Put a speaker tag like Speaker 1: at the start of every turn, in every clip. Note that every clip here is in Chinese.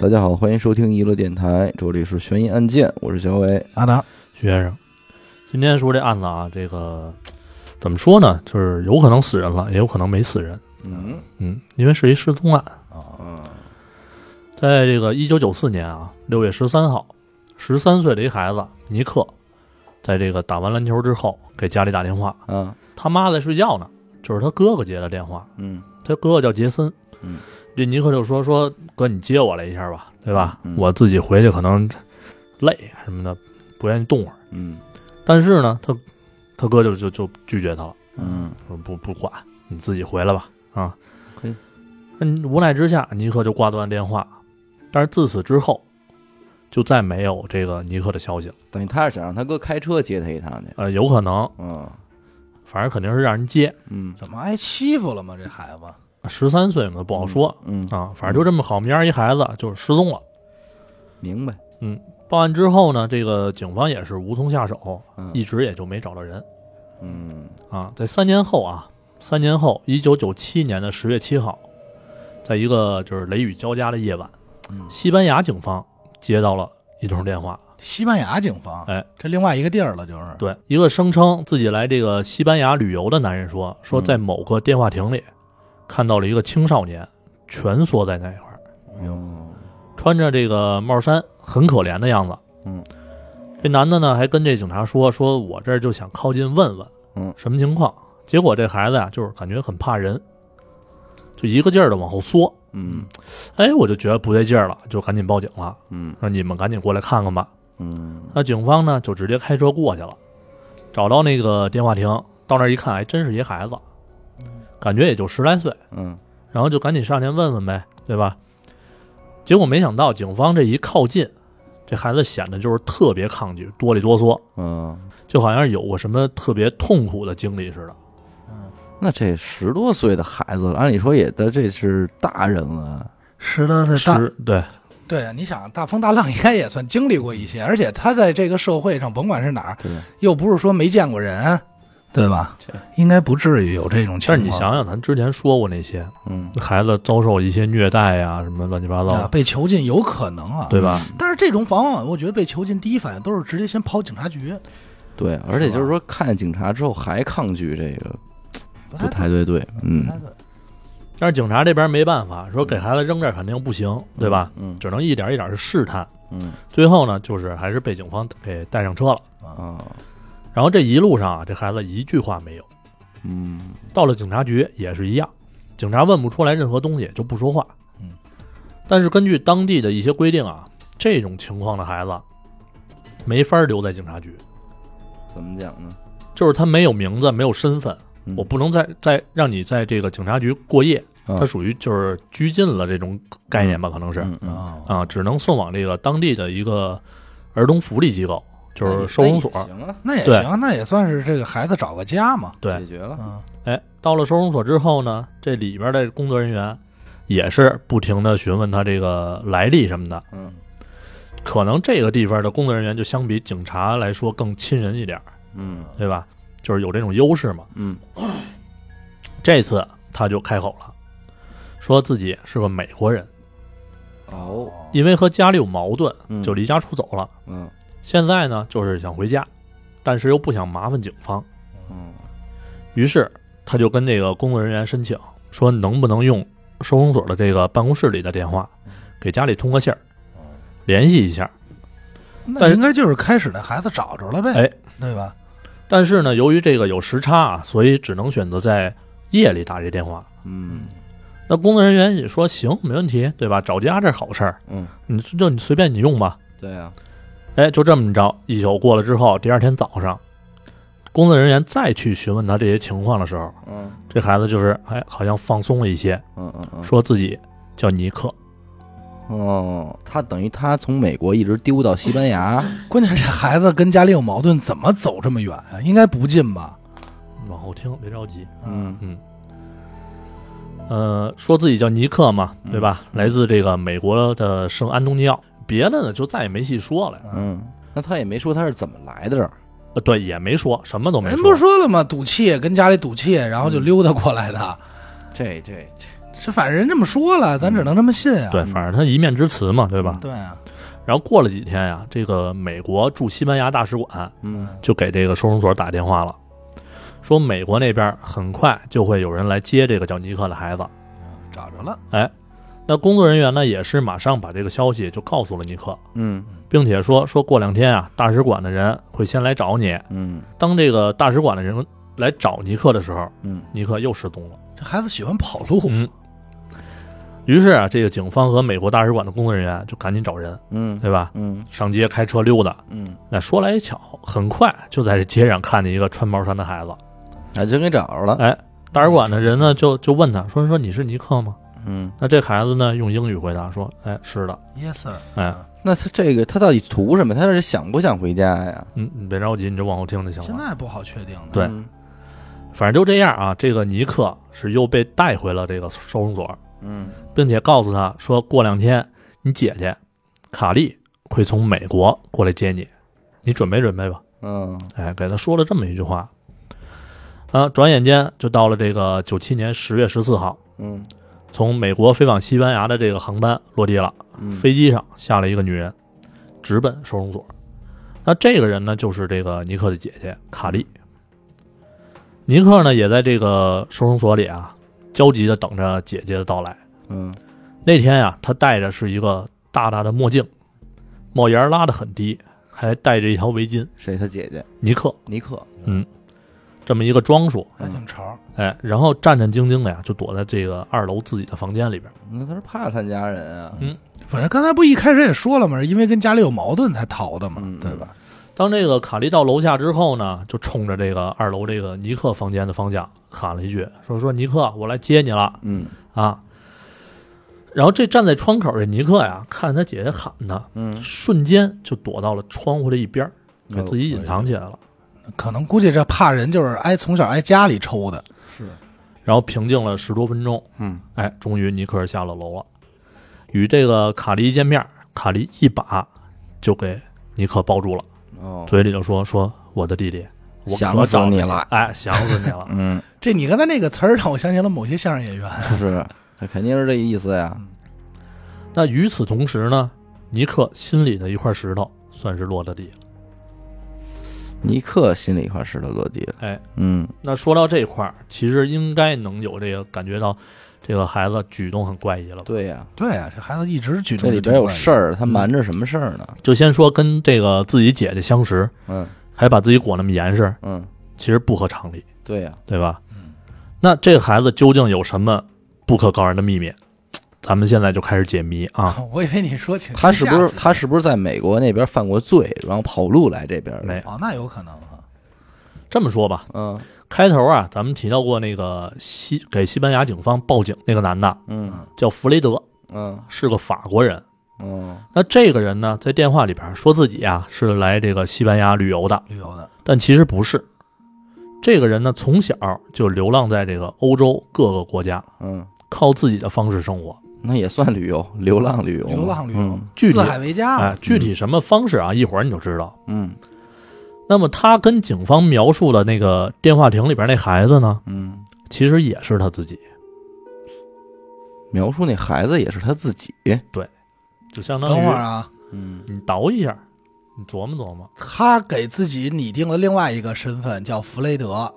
Speaker 1: 大家好，欢迎收听娱乐电台，这里是悬疑案件，我是小伟。
Speaker 2: 阿达，
Speaker 3: 徐先生，今天说这案子啊，这个怎么说呢？就是有可能死人了，也有可能没死人。
Speaker 1: 嗯
Speaker 3: 嗯，因为是一失踪案。
Speaker 1: 啊，
Speaker 3: 在这个一九九四年啊，六月十三号，十三岁的一孩子尼克，在这个打完篮球之后，给家里打电话，
Speaker 1: 啊，
Speaker 3: 他妈在睡觉呢，就是他哥哥接的电话。
Speaker 1: 嗯
Speaker 3: 他哥哥叫杰森，
Speaker 1: 嗯，
Speaker 3: 这尼克就说说哥，你接我来一下吧，对吧？
Speaker 1: 嗯
Speaker 3: 我自己回去可能累什么的，不愿意动会儿。
Speaker 1: 嗯
Speaker 3: 但是呢，他他哥就就就拒绝他了。
Speaker 1: 嗯
Speaker 3: 说不不管，你自己回来吧啊。
Speaker 1: 可以。
Speaker 3: 嗯，无奈之下，尼克就挂断电话。但是自此之后，就再没有这个尼克的消息了。
Speaker 1: 等于他是想
Speaker 2: 啊
Speaker 1: 让他哥开车接他一趟去。
Speaker 3: 呃，有可能，
Speaker 1: 嗯
Speaker 3: 反正肯定是让人接。
Speaker 1: 嗯
Speaker 2: 怎么挨欺负了吗？这孩子，
Speaker 3: 十三岁嘛，不好说、
Speaker 1: 嗯，
Speaker 3: 啊。反正就这么好面儿一孩子就失踪了。
Speaker 1: 明白。
Speaker 3: 报案之后呢，这个警方也是无从下手，
Speaker 1: 嗯
Speaker 3: 一直也就没找到人
Speaker 1: 嗯
Speaker 3: 啊。在三年后啊，三年后，一九九七年的十月七号，在一个就是雷雨交加的夜晚。
Speaker 1: 嗯
Speaker 3: 西班牙警方接到了一通电话，
Speaker 2: 西班牙警方，
Speaker 3: 哎，
Speaker 2: 这另外一个地儿了，就是，
Speaker 3: 对一个声称自己来这个西班牙旅游的男人说，说
Speaker 1: 嗯
Speaker 3: 在某个电话亭里看到了一个青少年蜷缩在那一块儿，
Speaker 1: 哎哟，
Speaker 3: 穿着这个帽衫，很可怜的样子。
Speaker 1: 嗯，
Speaker 3: 这男的呢还跟这警察说，说我这儿就想靠近问问，
Speaker 1: 嗯
Speaker 3: 什么情况？结果这孩子呀、就是感觉很怕人，就一个劲儿的往后缩。
Speaker 1: 嗯
Speaker 3: 哎，我就觉得不对劲儿了，就赶紧报警了，
Speaker 1: 嗯
Speaker 3: 说你们赶紧过来看看吧。
Speaker 1: 嗯
Speaker 3: 那警方呢就直接开车过去了，找到那个电话亭，到那儿一看，还真是一孩子，感觉也就十来岁，
Speaker 1: 嗯
Speaker 3: 然后就赶紧上前问问呗，对吧？结果没想到警方这一靠近，这孩子显得就是特别抗拒，哆里哆嗦，
Speaker 1: 嗯，
Speaker 3: 就好像有过什么特别痛苦的经历似的。
Speaker 2: 嗯，
Speaker 1: 那这十多岁的孩子了，按理说也得这是大人了。
Speaker 2: 十多岁大，
Speaker 3: 十对
Speaker 2: 对啊，你想大风大浪应该也算经历过一
Speaker 3: 嗯
Speaker 2: 些，而且他在这个社会上，甭管是哪儿，
Speaker 1: 对，
Speaker 2: 又不是说没见过人，对吧
Speaker 1: 这？
Speaker 2: 应该不至于有这种情
Speaker 3: 但
Speaker 2: 况。啊
Speaker 3: 是你想想，咱之前说过那些
Speaker 1: 嗯，
Speaker 3: 孩子遭受一些虐待呀、什么乱七八糟
Speaker 2: 啊，
Speaker 3: 的，
Speaker 2: 被囚禁有可能啊，
Speaker 3: 对吧？
Speaker 2: 但是这种往往我觉得被囚禁第一反应都是直接先跑警察局，
Speaker 1: 对，而且就是说看见警察之后还抗拒，这个
Speaker 2: 不
Speaker 1: 不太对对。嗯
Speaker 2: 不，太对
Speaker 3: 但是警察这边没办法，说给孩子扔这儿肯定不行，对吧？
Speaker 1: 嗯
Speaker 3: 只能一点一点的试探。
Speaker 1: 嗯
Speaker 3: 最后呢，就是还是被警方给带上车了。
Speaker 1: 啊
Speaker 3: 然后这一路上啊，这孩子一句话没有。
Speaker 1: 嗯
Speaker 3: 到了警察局也是一样，警察问不出来任何东西就不说话。
Speaker 2: 嗯，
Speaker 3: 但是根据当地的一些规定啊，这种情况的孩子没法留在警察局，
Speaker 1: 怎么讲呢？
Speaker 3: 就是他没有名字，没有身份，
Speaker 1: 嗯
Speaker 3: 我不能再再让你在这个警察局过夜，
Speaker 1: 嗯
Speaker 3: 他属于就是拘禁了这种概念吧，可能是。
Speaker 1: 嗯嗯
Speaker 2: 啊，
Speaker 3: 啊，只能送往这个当地的一个儿童福利机构，嗯
Speaker 1: 哎
Speaker 3: 就是收容所
Speaker 1: 啊那。也行啊，
Speaker 2: 那也
Speaker 3: 对
Speaker 2: 行，那也算是这个孩子找个家嘛。
Speaker 3: 对
Speaker 1: 解，决了。
Speaker 2: 嗯，
Speaker 3: 哎，到了收容所之后呢，这里边的工作人员也是不停的询问他这个来历什么的。
Speaker 1: 嗯
Speaker 3: 可能这个地方的工作人员就相比警察来说更亲人一点儿，
Speaker 1: 嗯
Speaker 3: 对吧？就是有这种优势嘛。
Speaker 1: 嗯
Speaker 3: 这次他就开口了，说自己是个美国人，
Speaker 1: 哦，
Speaker 3: 因为和家里有矛盾，
Speaker 1: 嗯
Speaker 3: 就离家出走了。
Speaker 1: 嗯
Speaker 3: 现在呢，就是想回家，但是又不想麻烦警方。
Speaker 1: 嗯
Speaker 3: 于是他就跟这个工作人员申请说，能不能用收容所的这个办公室里的电话，给家里通个信儿，联系一下。但
Speaker 2: 那
Speaker 3: 是
Speaker 2: 应该就是开始那孩子找着了呗，
Speaker 3: 哎，
Speaker 2: 对吧？
Speaker 3: 但是呢，由于这个有时差啊，所以只能选择在夜里打这电话。
Speaker 1: 嗯
Speaker 3: 那工作人员也说行，没问题，对吧？找家这好事儿，
Speaker 1: 嗯，
Speaker 3: 你就你随便你用吧。
Speaker 1: 对啊，
Speaker 3: 哎，就这么着，一宿过了之后，第二天早上，工作人员再去询问他这些情况的时候，
Speaker 1: 嗯
Speaker 3: 这孩子就是哎，好像放松了一些，
Speaker 1: 嗯嗯嗯，
Speaker 3: 说自己叫尼克。
Speaker 1: 哦，他等于他从美国一直丢到西班 牙，
Speaker 2: 关键这孩子跟家里有矛盾，怎么走这么远啊？应该不近吧？
Speaker 3: 往后听，别着急。
Speaker 1: 嗯
Speaker 3: 呃，说自己叫尼克嘛，对吧？来自这个美国的圣安东尼奥。别的呢，就再也没细说了。
Speaker 1: 嗯，那他也没说他是怎么来的这儿，
Speaker 3: 呃，对，也没说，什么都没
Speaker 2: 人
Speaker 3: 说。
Speaker 1: 嗯
Speaker 2: 不是说了吗？赌气，跟家里赌气，然后就溜达过来的。
Speaker 1: 这这这
Speaker 2: 这反正人这么说了，咱
Speaker 1: 嗯
Speaker 2: 只能这么信啊。
Speaker 3: 对，反正他一面之词嘛，对吧？
Speaker 2: 对啊，
Speaker 3: 然后过了几天呀，这个美国驻西班牙大使馆
Speaker 1: 嗯
Speaker 3: 就给这个收容所打电话了，说美国那边很快就会有人来接这个叫尼克的孩子。
Speaker 2: 找着了，
Speaker 3: 那工作人员呢，也是马上把这个消息就告诉了尼克，
Speaker 1: 嗯
Speaker 3: 并且说说过两天啊，大使馆的人会先来找你。
Speaker 1: 嗯
Speaker 3: 当这个大使馆的人来找尼克的时候，
Speaker 1: 嗯
Speaker 3: 尼克又失踪了。
Speaker 2: 这孩子喜欢跑路，
Speaker 3: 嗯。于是啊，这个警方和美国大使馆的工作人员就赶紧找人，
Speaker 1: 嗯
Speaker 3: 对吧？
Speaker 1: 嗯
Speaker 3: 上街开车溜达。
Speaker 1: 嗯，
Speaker 3: 那说来也巧，很快就在这街上看见一个穿毛衫的孩子。
Speaker 1: 还真给找着了。
Speaker 3: 哎，大使馆的人呢，就就问他说：“说你是尼克吗
Speaker 1: 嗯，？”
Speaker 3: 那这孩子呢，用英语回答说：“哎，是的。
Speaker 2: ，yes sir，
Speaker 3: 哎，
Speaker 1: 那他这个他到底图什么？他是想不想回家呀？
Speaker 3: 嗯，你别着急，你就往后听就行
Speaker 2: 现
Speaker 3: 了。
Speaker 2: 在不好确定呢。
Speaker 3: 对
Speaker 1: 嗯
Speaker 3: 反正就这样啊，这个尼克是又被带回了这个收容所，
Speaker 1: 嗯
Speaker 3: 并且告诉他说：“过两天你姐姐卡莉会从美国过来接你，你准备准备吧。”
Speaker 1: 嗯
Speaker 3: 哎，给他说了这么一句话。啊，转眼间就到了这个九七年十月十四号，
Speaker 1: 嗯
Speaker 3: 从美国飞往西班牙的这个航班落地了。
Speaker 1: 嗯，
Speaker 3: 飞机上下来一个女人，直奔收容所。那这个人呢，就是这个尼克的姐姐卡莉。尼克呢，也在这个收容所里啊，焦急的等着姐姐的到来。
Speaker 1: 嗯
Speaker 3: 那天呀、他戴着是一个大大的墨镜，帽檐拉得很低，还戴着一条围巾。
Speaker 1: 谁他姐姐
Speaker 3: 尼克
Speaker 1: 尼克？
Speaker 3: 这么一个装束，
Speaker 2: 还
Speaker 1: 嗯
Speaker 2: 挺潮，
Speaker 3: 哎，然后战战兢兢的呀，就躲在这个二楼自己的房间里边。
Speaker 1: 那他是怕他家人啊。
Speaker 2: 反正刚才不一开始也说了嘛，是因为跟家里有矛盾才逃的嘛
Speaker 1: 嗯，
Speaker 2: 对吧？
Speaker 3: 当这个卡莉到楼下之后呢，就冲着这个二楼这个尼克房间的方向喊了一句，说说尼克，我来接你了
Speaker 1: 嗯
Speaker 3: 啊。然后这站在窗口这尼克呀，看他姐姐喊他，
Speaker 1: 嗯，
Speaker 3: 瞬间就躲到了窗户的一边儿，给自己隐藏起来了。
Speaker 2: 可能估计这怕人就是挨从小挨家里抽的，
Speaker 3: 然后平静了十多分钟，
Speaker 1: 嗯
Speaker 3: 哎，终于尼克下了楼了。与这个卡莉一见面，卡莉一把就给尼克抱住了。
Speaker 1: 哦，
Speaker 3: 嘴里就说说我的弟弟，我
Speaker 1: 想
Speaker 3: 可
Speaker 1: 死
Speaker 3: 找
Speaker 1: 你
Speaker 3: 你
Speaker 1: 了
Speaker 3: 哎，想死你 了。
Speaker 1: 嗯
Speaker 2: 这你刚才那个词儿让我想起了某些相声演员，
Speaker 1: 是，他肯定是这意思呀。
Speaker 3: 嗯那与此同时呢，尼克心里的一块石头算是落了地了。
Speaker 1: 尼克心里一块石头落地了。
Speaker 3: 哎，
Speaker 1: 嗯
Speaker 3: 那说到这块儿，其实应该能有这个感觉到，这个孩子举动很怪异了吧。
Speaker 1: 对呀，
Speaker 2: 对啊，这孩子一直举动
Speaker 1: 这里边有事儿，
Speaker 3: 嗯
Speaker 1: 他瞒着什么事儿呢？
Speaker 3: 就先说跟这个自己姐姐相识，
Speaker 1: 嗯
Speaker 3: 还把自己裹那么严实，
Speaker 1: 嗯，
Speaker 3: 其实不合常理，
Speaker 1: 对呀，
Speaker 3: 对吧？
Speaker 1: 嗯
Speaker 3: 那这个孩子究竟有什么不可告人的秘密？咱们现在就开始解谜 啊！
Speaker 2: 挺怪异的， 我以为你说请
Speaker 1: 他是不
Speaker 2: 哎下
Speaker 1: 是
Speaker 2: 集
Speaker 1: 他是不是在美国那边犯过罪，然后跑路来这边的？
Speaker 3: 没
Speaker 2: 哦，那有可能啊，
Speaker 3: 这么说吧，
Speaker 1: 嗯
Speaker 3: 开头啊，咱们提到过那个西给西班牙警方报警那个男的
Speaker 1: 嗯
Speaker 3: 叫弗雷德，
Speaker 1: 嗯
Speaker 3: 是个法国人。
Speaker 1: 嗯
Speaker 3: 那这个人呢，在电话里边说自己啊是来这个西班牙旅游的，
Speaker 2: 旅游的，
Speaker 3: 但其实不是。这个人呢，从小就流浪在这个欧洲各个国家，
Speaker 1: 嗯，
Speaker 3: 靠自己的方式生活。
Speaker 1: 那也算旅游，流浪旅游嘛，
Speaker 2: 流浪旅游
Speaker 1: 嗯，
Speaker 3: 具体
Speaker 2: 四海为家啊嘛，
Speaker 3: 哎，具体什么方式啊，一会儿你就知道。
Speaker 1: 嗯
Speaker 3: 那么他跟警方描述的那个电话亭里边那孩子呢，
Speaker 1: 嗯，
Speaker 3: 其实也是他自己，
Speaker 1: 描述那孩子也是他自己。
Speaker 3: 就相当
Speaker 2: 等
Speaker 3: 于
Speaker 2: 会儿啊，
Speaker 1: 嗯
Speaker 3: 你倒一下，你琢磨琢磨。
Speaker 2: 他给自己拟定了另外一个身份，叫弗雷德，啊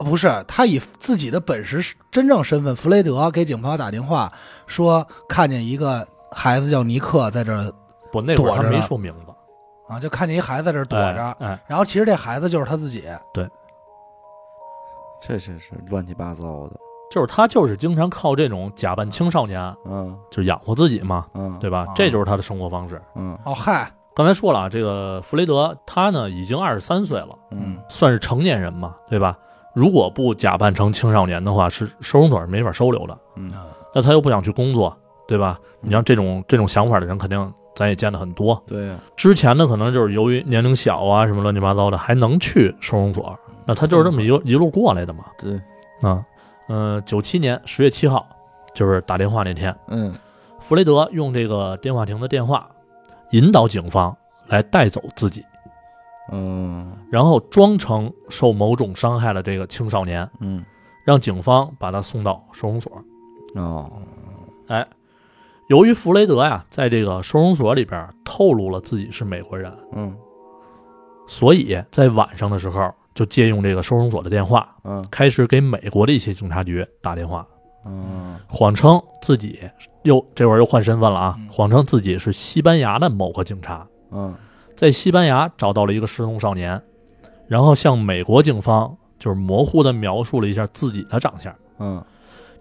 Speaker 2: 不是他以自己的本实真正身份弗雷德给警方打电话说看见一个孩子叫尼克在这儿
Speaker 3: 不，那会儿
Speaker 2: 躲
Speaker 3: 他
Speaker 2: 着
Speaker 3: 没
Speaker 2: 呢
Speaker 3: 说明白，
Speaker 2: 啊，就看见一孩子在这儿躲着，
Speaker 3: 哎。哎，
Speaker 2: 然后其实这孩子就是他自己，
Speaker 1: 这这是乱七八糟的。
Speaker 3: 就是他就是经常靠这种假扮青少年
Speaker 1: 嗯
Speaker 3: 就养活自己嘛，
Speaker 1: 嗯，
Speaker 3: 对吧
Speaker 2: 啊？
Speaker 3: 这就是他的生活方式。
Speaker 1: 嗯
Speaker 2: 哦嗨，
Speaker 3: 刚才说了啊，这个弗雷德他呢已经二十三岁了，
Speaker 1: 嗯
Speaker 3: 算是成年人嘛，对吧？如果不假扮成青少年的话，是收容所是没法收留的。
Speaker 1: 嗯
Speaker 3: 那他又不想去工作，对吧？你
Speaker 2: 嗯
Speaker 3: 像这种这种想法的人，肯定咱也见得很多。
Speaker 1: 对呀，
Speaker 3: 之前呢，可能就是由于年龄小啊，什么乱七八糟的，还能去收容所。那他
Speaker 2: 嗯
Speaker 3: 就是这么一路一路过来的嘛。
Speaker 1: 对，
Speaker 3: 啊，呃，九七年十月七号，就是打电话那天，
Speaker 1: 嗯
Speaker 3: 弗雷德用这个电话亭的电话引导警方来带走自己，
Speaker 1: 嗯
Speaker 3: 然后装成受某种伤害的这个青少年，
Speaker 1: 嗯
Speaker 3: 让警方把他送到收容所。
Speaker 1: 哦，
Speaker 3: 由于弗雷德呀，在这个收容所里边透露了自己是美国人，
Speaker 1: 嗯
Speaker 3: 所以在晚上的时候就借用这个收容所的电话，
Speaker 1: 嗯
Speaker 3: 开始给美国的一些警察局打电话，
Speaker 1: 嗯
Speaker 3: 谎称自己又这会儿又换身份了啊
Speaker 2: 嗯，
Speaker 3: 谎称自己是西班牙的某个警察，
Speaker 1: 嗯
Speaker 3: 在西班牙找到了一个失踪少年，然后向美国警方就是模糊的描述了一下自己的长相。
Speaker 1: 嗯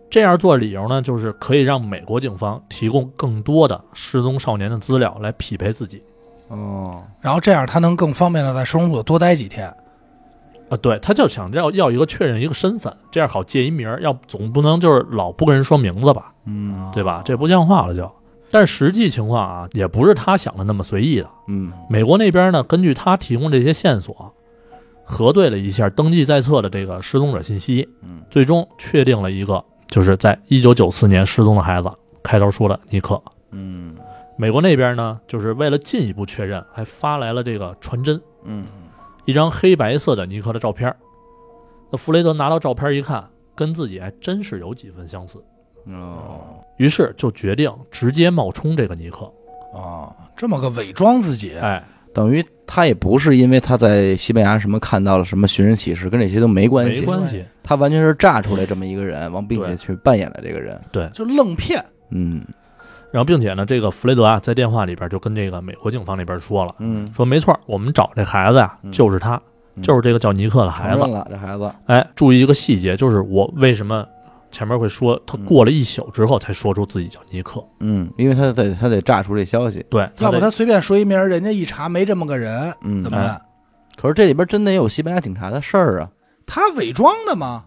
Speaker 3: 这样做理由呢，就是可以让美国警方提供更多的失踪少年的资料来匹配自己。
Speaker 1: 哦，
Speaker 2: 然后这样他能更方便的在收容所多待几天。
Speaker 3: 啊，对，他就想要要一个确认一个身份，这样好借一名儿，要总不能就是老不跟人说名字吧，
Speaker 1: 嗯
Speaker 3: 对吧？这不像话了就。但实际情况啊，也不是他想的那么随意的。
Speaker 1: 嗯
Speaker 3: 美国那边呢，根据他提供这些线索，核对了一下登记在册的这个失踪者信息，
Speaker 1: 嗯
Speaker 3: 最终确定了一个，就是在一九九四年失踪的孩子，开头说的尼克。
Speaker 1: 嗯
Speaker 3: 美国那边呢，就是为了进一步确认，还发来了这个传真，
Speaker 1: 嗯
Speaker 3: 一张黑白色的尼克的照片儿。那弗雷德拿到照片一看，跟自己还真是有几分相似，
Speaker 1: 哦，
Speaker 3: 于是就决定直接冒充这个尼克。
Speaker 2: 哦，这么个伪装自己，
Speaker 3: 哎，
Speaker 1: 等于他也不是因为他在西班牙什么看到了什么寻人启事，跟这些都没关
Speaker 3: 没
Speaker 1: 系，
Speaker 3: 关系。
Speaker 1: 他完全是炸出来这么一个人，完并且
Speaker 3: 对
Speaker 1: 去扮演了这个人，
Speaker 2: 就愣骗。
Speaker 1: 嗯
Speaker 3: 然后，并且呢，这个弗雷德啊，在电话里边就跟这个美国警方那边说了，
Speaker 1: 嗯，
Speaker 3: 说没错，我们找这孩子呀、
Speaker 1: 嗯
Speaker 3: 就是他，
Speaker 1: 嗯
Speaker 3: 就是这个叫尼克的孩
Speaker 1: 承
Speaker 3: 子
Speaker 1: 认。了这孩子，
Speaker 3: 哎，注意一个细节，就是我为什么前面会说他过了一宿之后才说出自己叫尼克，
Speaker 1: 嗯，因为他得他得炸出这消息，
Speaker 3: 对，
Speaker 2: 要不
Speaker 3: 得
Speaker 2: 他随便说一名儿，人家一查没这么个人，
Speaker 1: 嗯，
Speaker 2: 怎么办？
Speaker 3: 哎
Speaker 1: 可是这里边真得有西班牙警察的事儿啊，
Speaker 2: 他伪装的吗？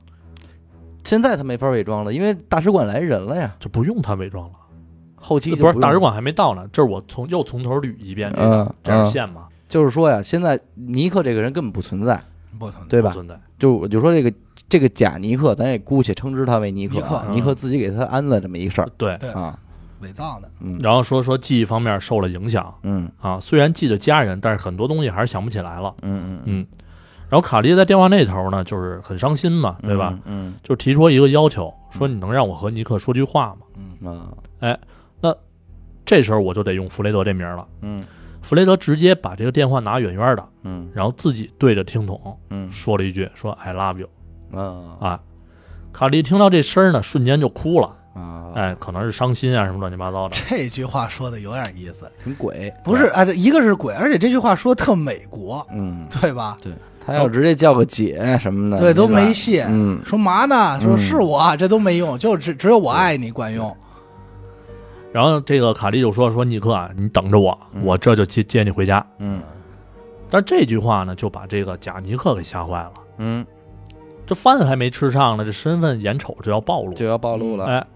Speaker 1: 现在他没法伪装了，因为大使馆来人了呀，
Speaker 3: 就不用他伪装了。
Speaker 1: 后期就
Speaker 3: 不是
Speaker 1: 用
Speaker 3: 大使馆还没到呢，这是我从又从头捋一遍这个、
Speaker 1: 嗯
Speaker 3: 这样
Speaker 1: 嗯
Speaker 3: 线嘛，
Speaker 1: 就是说呀，现在尼克这个人根本不存在，
Speaker 2: 不存在。
Speaker 1: 对
Speaker 3: 不
Speaker 1: 吧？
Speaker 3: 存在。
Speaker 1: 就我就说这个这个假尼克，咱也姑且称之他为尼克啊，
Speaker 3: 尼克嗯
Speaker 1: 尼克自己给他安了这么一个事儿
Speaker 3: 对，
Speaker 2: 对
Speaker 1: 啊，
Speaker 2: 伪造的。
Speaker 1: 嗯
Speaker 3: 然后说说记忆方面受了影响
Speaker 1: 嗯
Speaker 3: 啊，虽然记得家人，但是很多东西还是想不起来了。
Speaker 1: 嗯嗯，
Speaker 3: 嗯，然后卡利在电话那头呢，就是很伤心嘛，对吧？？
Speaker 1: 嗯
Speaker 3: 就提出一个要求，说你能让我和尼克说句话吗？
Speaker 2: 嗯，
Speaker 1: 嗯啊
Speaker 3: 这时候我就得用弗雷德这名了。
Speaker 1: 嗯
Speaker 3: 弗雷德直接把这个电话拿远远的，
Speaker 1: 嗯
Speaker 3: 然后自己对着听筒
Speaker 1: 嗯
Speaker 3: 说了一句：“说 I love you。
Speaker 1: 啊”
Speaker 3: 啊，卡利听到这声儿呢，瞬间就哭了。
Speaker 1: 啊，
Speaker 3: 哎，可能是伤心啊，什么乱七八 糟的。
Speaker 2: 这句话说的有点意思，
Speaker 1: 挺鬼，
Speaker 2: 不是啊？这一个是鬼，而且这句话说特美国，
Speaker 1: 嗯，
Speaker 2: 对吧？
Speaker 1: 他要直接叫个姐什么的，
Speaker 2: 对，都
Speaker 1: 是吧
Speaker 2: 没戏。
Speaker 1: 嗯
Speaker 2: 说嘛呢？说
Speaker 1: 嗯
Speaker 2: 是我，这都没用，就只只有我爱你管用。
Speaker 3: 然后这个卡莉就说：“说尼克啊，你等着我，
Speaker 1: 嗯
Speaker 3: 我这就接接你回家。
Speaker 1: 嗯”
Speaker 3: 但这句话呢，就把这个假尼克给吓坏了。
Speaker 1: 嗯，
Speaker 3: 这饭还没吃上呢，这身份眼瞅就要暴露。
Speaker 1: 就要暴露了。
Speaker 3: 哎，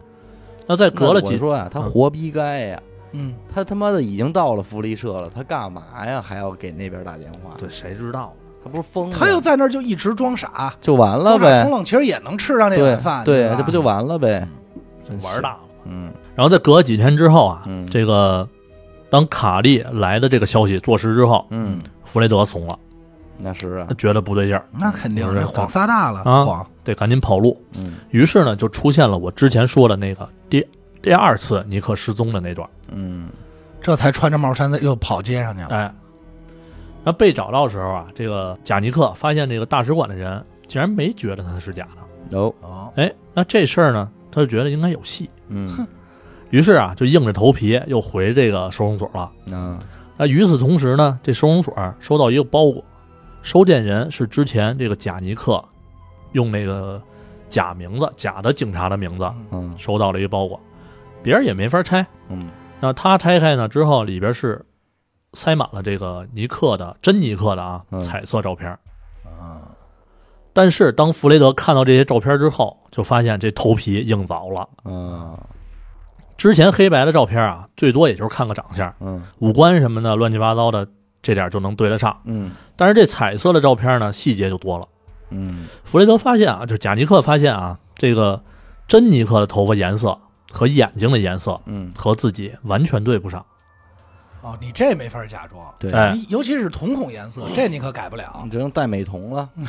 Speaker 3: 那再隔了
Speaker 1: 那我
Speaker 3: 几
Speaker 1: 说啊，他
Speaker 3: 嗯
Speaker 1: 活逼该呀，
Speaker 2: 嗯，
Speaker 1: 他他妈的已经到了福利社了，他干嘛呀？还要给那边打电话？
Speaker 3: 对，谁知道？
Speaker 1: 他不是疯了？
Speaker 2: 他又在那儿就一直装傻，
Speaker 1: 就完了
Speaker 2: 装傻充
Speaker 1: 呗，
Speaker 2: 愣，其实也能吃上这
Speaker 1: 对
Speaker 2: 碗饭，
Speaker 1: 对
Speaker 2: 吧，
Speaker 1: 这不就完了呗？
Speaker 3: 这玩大了。
Speaker 1: 嗯
Speaker 3: 然后再隔几天之后啊，
Speaker 1: 嗯
Speaker 3: 这个当卡莉来的这个消息坐实之后，
Speaker 1: 嗯，
Speaker 3: 弗雷德怂了，
Speaker 1: 那是啊
Speaker 3: 他，觉得不对劲儿，
Speaker 2: 那肯定
Speaker 3: 不是
Speaker 2: 这谎撒大了，
Speaker 3: 啊
Speaker 2: 谎
Speaker 3: 得赶紧跑路。
Speaker 2: 呃
Speaker 1: 嗯
Speaker 3: 于是呢，就出现了我之前说的那个第第二次尼克失踪的那段。
Speaker 1: 嗯
Speaker 2: 这才穿着帽衫又跑街上去了。
Speaker 3: 哎，那被找到的时候啊，这个贾尼克发现这个大使馆的人竟然没觉得他是假的。
Speaker 1: 有
Speaker 2: 哦，
Speaker 3: 哎，那这事儿呢，他就觉得应该有戏，
Speaker 1: 嗯
Speaker 2: 哼
Speaker 3: 于是啊，就硬着头皮又回这个收容所了。
Speaker 1: 啊
Speaker 3: 那与此同时呢，这收容所收到一个包裹，收件人是之前这个贾尼克用那个假名字、假的警察的名字
Speaker 2: 嗯
Speaker 1: 嗯
Speaker 3: 收到了一个包裹，别人也没法拆。
Speaker 1: 嗯
Speaker 3: 那他拆开呢之后，里边是塞满了这个尼克的真尼克的啊
Speaker 1: 嗯
Speaker 3: 彩色照片。
Speaker 2: 啊，
Speaker 3: 但是当弗雷德看到这些照片之后，就发现这头皮硬凿了。
Speaker 1: 啊
Speaker 3: 之前黑白的照片啊，最多也就是看个长相，
Speaker 1: 嗯
Speaker 3: 五官什么的乱七八糟的，这点就能对得上。
Speaker 1: 嗯
Speaker 3: 但是这彩色的照片呢，细节就多了。
Speaker 1: 嗯
Speaker 3: 弗雷德发现啊，就是贾尼克发现啊，这个真尼克的头发颜色和眼睛的颜色
Speaker 1: 嗯，
Speaker 3: 和自己完全对不上。
Speaker 2: 哦，你这没法假装，
Speaker 1: 对，嗯
Speaker 3: 哎
Speaker 2: 你尤其是瞳孔颜色，这你可改不了
Speaker 1: 你。只能戴美瞳了。
Speaker 2: 嗯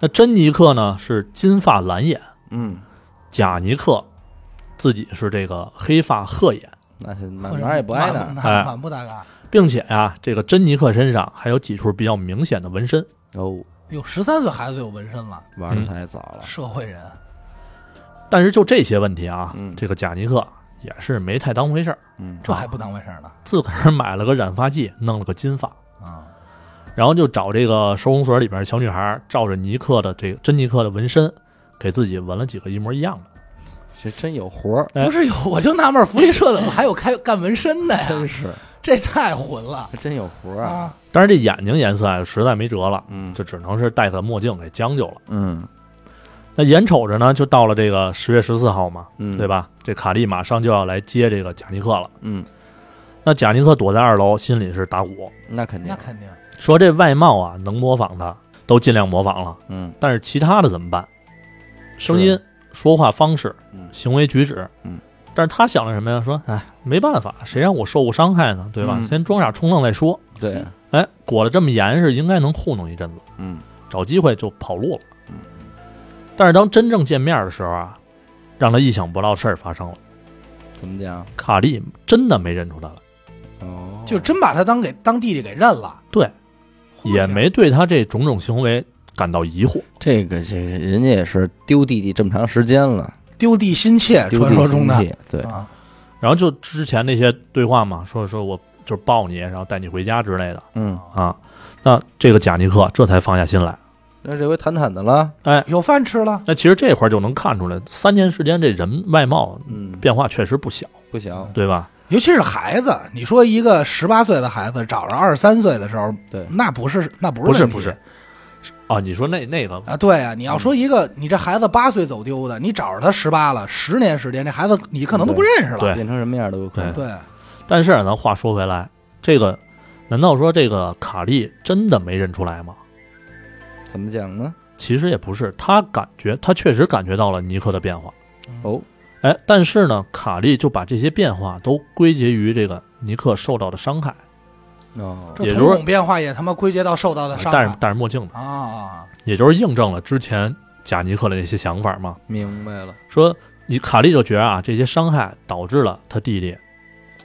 Speaker 3: 那真尼克呢是金发蓝眼，
Speaker 1: 嗯
Speaker 3: 贾尼克自己是这个黑发鹤眼，
Speaker 1: 那是哪哪儿也不挨哪
Speaker 2: 满
Speaker 1: 儿。
Speaker 3: 哎
Speaker 2: 满满不搭嘎。
Speaker 3: 并且啊，这个珍妮克身上还有几处比较明显的纹身。
Speaker 1: 哦，
Speaker 2: 有十三岁孩子有纹身了，
Speaker 1: 玩的太早了，
Speaker 2: 社会人
Speaker 3: 但是就这些问题啊，
Speaker 1: 嗯
Speaker 3: 这个贾尼克也是没太当回事儿，
Speaker 1: 嗯，
Speaker 2: 这还不当回事儿呢
Speaker 3: 自个儿买了个染发剂，弄了个金发，
Speaker 2: 啊！
Speaker 3: 然后就找这个收容所里边的小女孩，照着尼克的这个珍妮克的纹身，给自己纹了几个一模一样的。
Speaker 1: 这真有活儿，
Speaker 3: 哎
Speaker 2: 不是有， 我就纳闷儿，福利社怎么还有开 干纹身的哎呀？
Speaker 1: 真是
Speaker 2: 这太混了
Speaker 1: 还真有活儿啊。
Speaker 2: 啊！
Speaker 3: 但是这眼睛颜色啊，实在没辙了，
Speaker 1: 嗯
Speaker 3: 就只能是戴个墨镜给将就了。
Speaker 1: 嗯
Speaker 3: 那眼瞅着呢，就到了这个十月十四号嘛，
Speaker 1: 嗯，
Speaker 3: 对？吧？这卡莉马上就要来接这个贾尼克了。
Speaker 1: 嗯，
Speaker 3: 那贾尼克躲在二楼，心里是打鼓，
Speaker 1: 那肯
Speaker 2: 那
Speaker 1: 定。
Speaker 2: 肯定，
Speaker 3: 说这外貌啊能模仿的都尽量模仿了，
Speaker 1: 嗯
Speaker 3: 但是其他的怎么办？声音、说话方式、
Speaker 1: 嗯
Speaker 3: 行为举止，
Speaker 1: 嗯。
Speaker 3: 但是他想了什么呀？说，哎，没办法，谁让我受过伤害呢？对吧？
Speaker 1: 嗯
Speaker 3: 先装傻充愣再说。
Speaker 1: 对，
Speaker 3: 哎，裹得这么严实，应该能糊弄一阵子。
Speaker 1: 嗯
Speaker 3: 找机会就跑路了
Speaker 1: 嗯。
Speaker 3: 但是当真正见面的时候啊，让他意想不到的事儿发生了，
Speaker 1: 怎么讲？
Speaker 3: 卡莉真的没认出他来，
Speaker 1: 哦，
Speaker 2: 就真把他当给当弟弟给认了，
Speaker 3: 对，
Speaker 2: 嚯
Speaker 3: 也没对他这种种行为感到疑惑。
Speaker 1: 这个，这个人家也是丢弟弟这么长时间了，
Speaker 2: 丢弟心切，
Speaker 1: 丢弟
Speaker 2: 传说中的
Speaker 1: 心切对，
Speaker 2: 啊，
Speaker 3: 然后就之前那些对话嘛，说说我就是抱你，然后带你回家之类的
Speaker 1: 嗯，
Speaker 3: 啊。那这个贾尼克这才放下心来。
Speaker 1: 那这回坦坦的了，
Speaker 2: 有饭吃了，
Speaker 3: 那其实这会儿就能看出来，三年时间这人外貌
Speaker 1: 嗯，
Speaker 3: 变化确实不小，
Speaker 1: 不行，
Speaker 3: 对吧？
Speaker 2: 尤其是孩子，你说一个十八岁的孩子找着二十三岁的时候，
Speaker 1: 对
Speaker 2: 那不是那不是
Speaker 3: 不是
Speaker 2: 问题
Speaker 3: 不是嗯啊，你说那那个
Speaker 2: 啊，对啊，你要说一个你这孩子八岁走丢的，你找着他十八了，十年时间，这孩子你可能都不认识了，
Speaker 3: 对
Speaker 1: 变成什么样都有可能。
Speaker 2: 对，
Speaker 3: 但是咱话说回来，这个难道说这个卡莉真的没认出来吗？
Speaker 1: 怎么讲呢？
Speaker 3: 其实也不是，他感觉他确实感觉到了尼克的变化。
Speaker 1: 哦，
Speaker 3: 哎，但是呢，卡莉就把这些变化都归结于这个尼克受到的伤害，
Speaker 1: 哦，
Speaker 3: 也
Speaker 2: 这
Speaker 3: 就是
Speaker 2: 瞳
Speaker 3: 说
Speaker 2: 孔变化也他妈归结到受到的伤
Speaker 3: 戴着
Speaker 2: 害
Speaker 3: 戴着墨镜的，
Speaker 2: 啊，
Speaker 3: 也就是印证了之前贾尼克的那些想法嘛。
Speaker 1: 明白了，
Speaker 3: 说你卡莉就觉得啊，这些伤害导致了他弟弟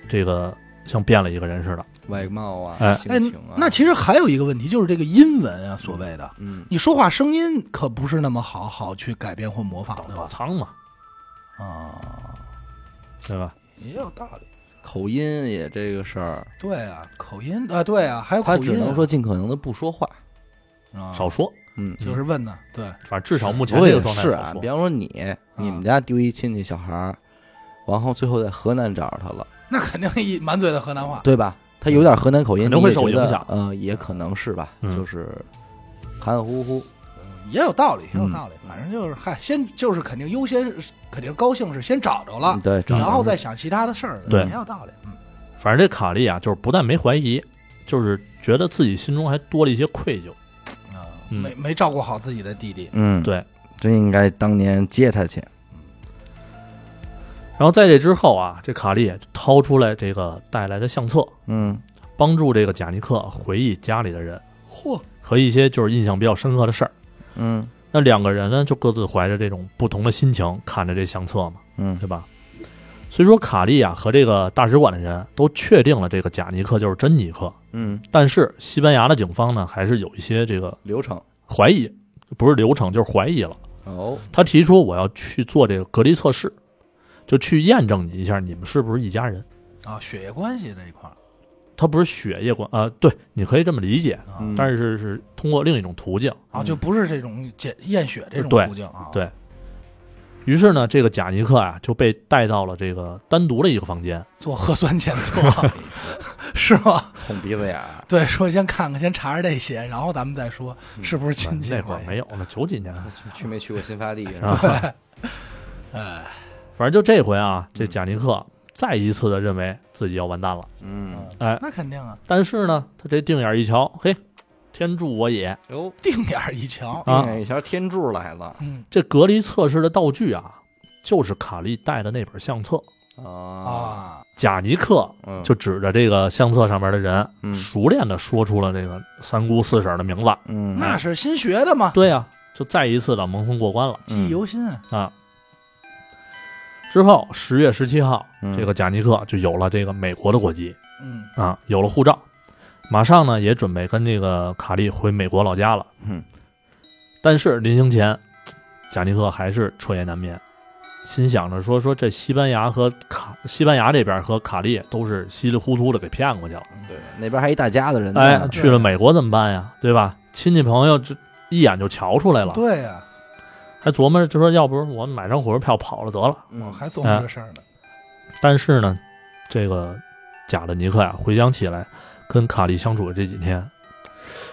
Speaker 3: 这个像变了一个人似的。
Speaker 1: 外貌啊，
Speaker 3: 哎
Speaker 1: 性
Speaker 2: 哎
Speaker 1: 情啊，，
Speaker 2: 那其实还有一个问题就是这个音文啊，所谓的
Speaker 1: 嗯，
Speaker 2: 你说话声音可不是那么好好去改变或模仿的
Speaker 3: 老
Speaker 2: 吧？
Speaker 3: 仓嘛，
Speaker 2: 啊，
Speaker 3: 对吧？
Speaker 2: 也有道理。
Speaker 1: 口音也这个事儿，
Speaker 2: 对啊，口音啊，对啊，还有
Speaker 1: 他
Speaker 2: 口音啊，
Speaker 1: 只能说尽可能的不说话，
Speaker 2: 啊
Speaker 3: 少说，
Speaker 1: 嗯。
Speaker 2: 就是问呢，对，
Speaker 3: 反正至少目前
Speaker 1: 我
Speaker 3: 这
Speaker 1: 也
Speaker 3: 个状态
Speaker 1: 是
Speaker 3: 少
Speaker 1: 啊，
Speaker 3: 说
Speaker 1: 比方说你，你们家丢一亲戚小孩儿，然后最后在河南找着他了，
Speaker 2: 那肯定一满嘴的河南话，
Speaker 1: 对吧？他有点河南口音，
Speaker 3: 啊嗯肯定会
Speaker 1: 你也觉得
Speaker 3: 受影响
Speaker 1: 呃，也可能是吧，
Speaker 3: 嗯
Speaker 1: 就是含含糊糊，
Speaker 2: 嗯也有道理，也有
Speaker 1: 嗯
Speaker 2: 道理。反正就是，嗨，先就是肯定优先，肯定高兴是先找着了
Speaker 1: 嗯，对，
Speaker 3: 嗯
Speaker 1: 正
Speaker 2: 啊然
Speaker 1: 常
Speaker 2: 后再想其他的事儿，
Speaker 3: 对
Speaker 2: 也有道理。嗯，
Speaker 3: 反正这卡莉啊，就是不但没怀疑，就是觉得自己心中还多了一些愧疚。
Speaker 2: 啊，
Speaker 3: 嗯
Speaker 2: 没没照顾好自己的弟弟，
Speaker 1: 嗯，
Speaker 3: 对，
Speaker 1: 真应该当年接他去，
Speaker 3: 然后在这之后啊，这卡莉也掏出来这个带来的相册，
Speaker 1: 嗯
Speaker 3: 帮助这个贾尼克回忆家里的人
Speaker 2: 嚯，
Speaker 3: 和一些就是印象比较深刻的事儿。
Speaker 1: 嗯
Speaker 3: 那两个人呢，就各自怀着这种不同的心情看着这相册嘛，
Speaker 1: 嗯
Speaker 3: 对吧？虽说卡莉啊和这个大使馆的人都确定了这个贾尼克就是真尼克，
Speaker 1: 嗯，
Speaker 3: 但是西班牙的警方呢，还是有一些这个
Speaker 1: 流程
Speaker 3: 怀疑，不是流程就是怀疑了。
Speaker 1: 哦，
Speaker 3: 他提出我要去做这个隔离测试，就去验证你一下，你们是不是一家人？
Speaker 2: 啊，血液关系这一块儿，
Speaker 3: 他不是血液关啊、对，你可以这么理解，
Speaker 2: 啊
Speaker 1: 嗯
Speaker 3: 但是是通过另一种途径。
Speaker 2: 啊，就不是这种检验血这种
Speaker 3: 嗯对
Speaker 2: 途径啊，
Speaker 3: 对于是呢，这个贾尼克啊就被带到了这个单独的一个房间，
Speaker 2: 做核酸检测 是吗？
Speaker 1: 捅鼻子眼儿，
Speaker 2: 对，说先看看，先查查这些，然后咱们再说是不是亲戚
Speaker 3: 嗯那会儿
Speaker 2: 关系
Speaker 3: 没有呢，九几年
Speaker 1: 去去没去过新发地是吧？
Speaker 3: 啊。
Speaker 2: 哎，
Speaker 3: 反正就这回啊，这贾尼克再一次的认为自己要完蛋了。
Speaker 1: 嗯，
Speaker 3: 哎
Speaker 2: 那肯定啊，
Speaker 3: 但是呢，他这定眼一瞧，嘿，天助我也！
Speaker 1: 哟，
Speaker 2: 定点儿一瞧，
Speaker 3: 啊
Speaker 1: 哎一瞧天柱来了
Speaker 2: 嗯
Speaker 3: 这隔离测试的道具啊，就是卡莉带的那本相册。
Speaker 1: 啊，
Speaker 2: 啊，
Speaker 3: 贾尼克
Speaker 1: 嗯
Speaker 3: 就指着这个相册上面的人，
Speaker 1: 嗯
Speaker 3: 熟练的说出了这个三姑四婶的名字。啊
Speaker 1: 嗯，
Speaker 2: 那是新学的嘛，
Speaker 1: 嗯
Speaker 3: 嗯对呀、就再一次的蒙混过关了
Speaker 2: 记忆犹新啊，
Speaker 3: 啊！之后，十月十七号，
Speaker 1: 嗯
Speaker 3: 这个贾尼克就有了这个美国的国籍
Speaker 2: 嗯
Speaker 3: 啊，有了护照，马上呢也准备跟这个卡利回美国老家了。
Speaker 1: 嗯，
Speaker 3: 但是临行前，贾尼克还是彻夜难眠，心想着说说这西班牙和卡西班牙这边和卡利都是稀里糊涂的给骗过去了。
Speaker 1: 对，那边还一大家子人呢，
Speaker 3: 哎，去了美国怎么办呀？对吧？亲戚朋友这一眼就瞧出来了，
Speaker 2: 对啊呀、
Speaker 3: 还琢磨着就说，要不我买张火车票跑了得了。
Speaker 2: 我
Speaker 1: 嗯
Speaker 2: 还琢磨这事儿呢。
Speaker 3: 但是呢，这个贾的尼克呀、回想起来跟卡利相处的这几天，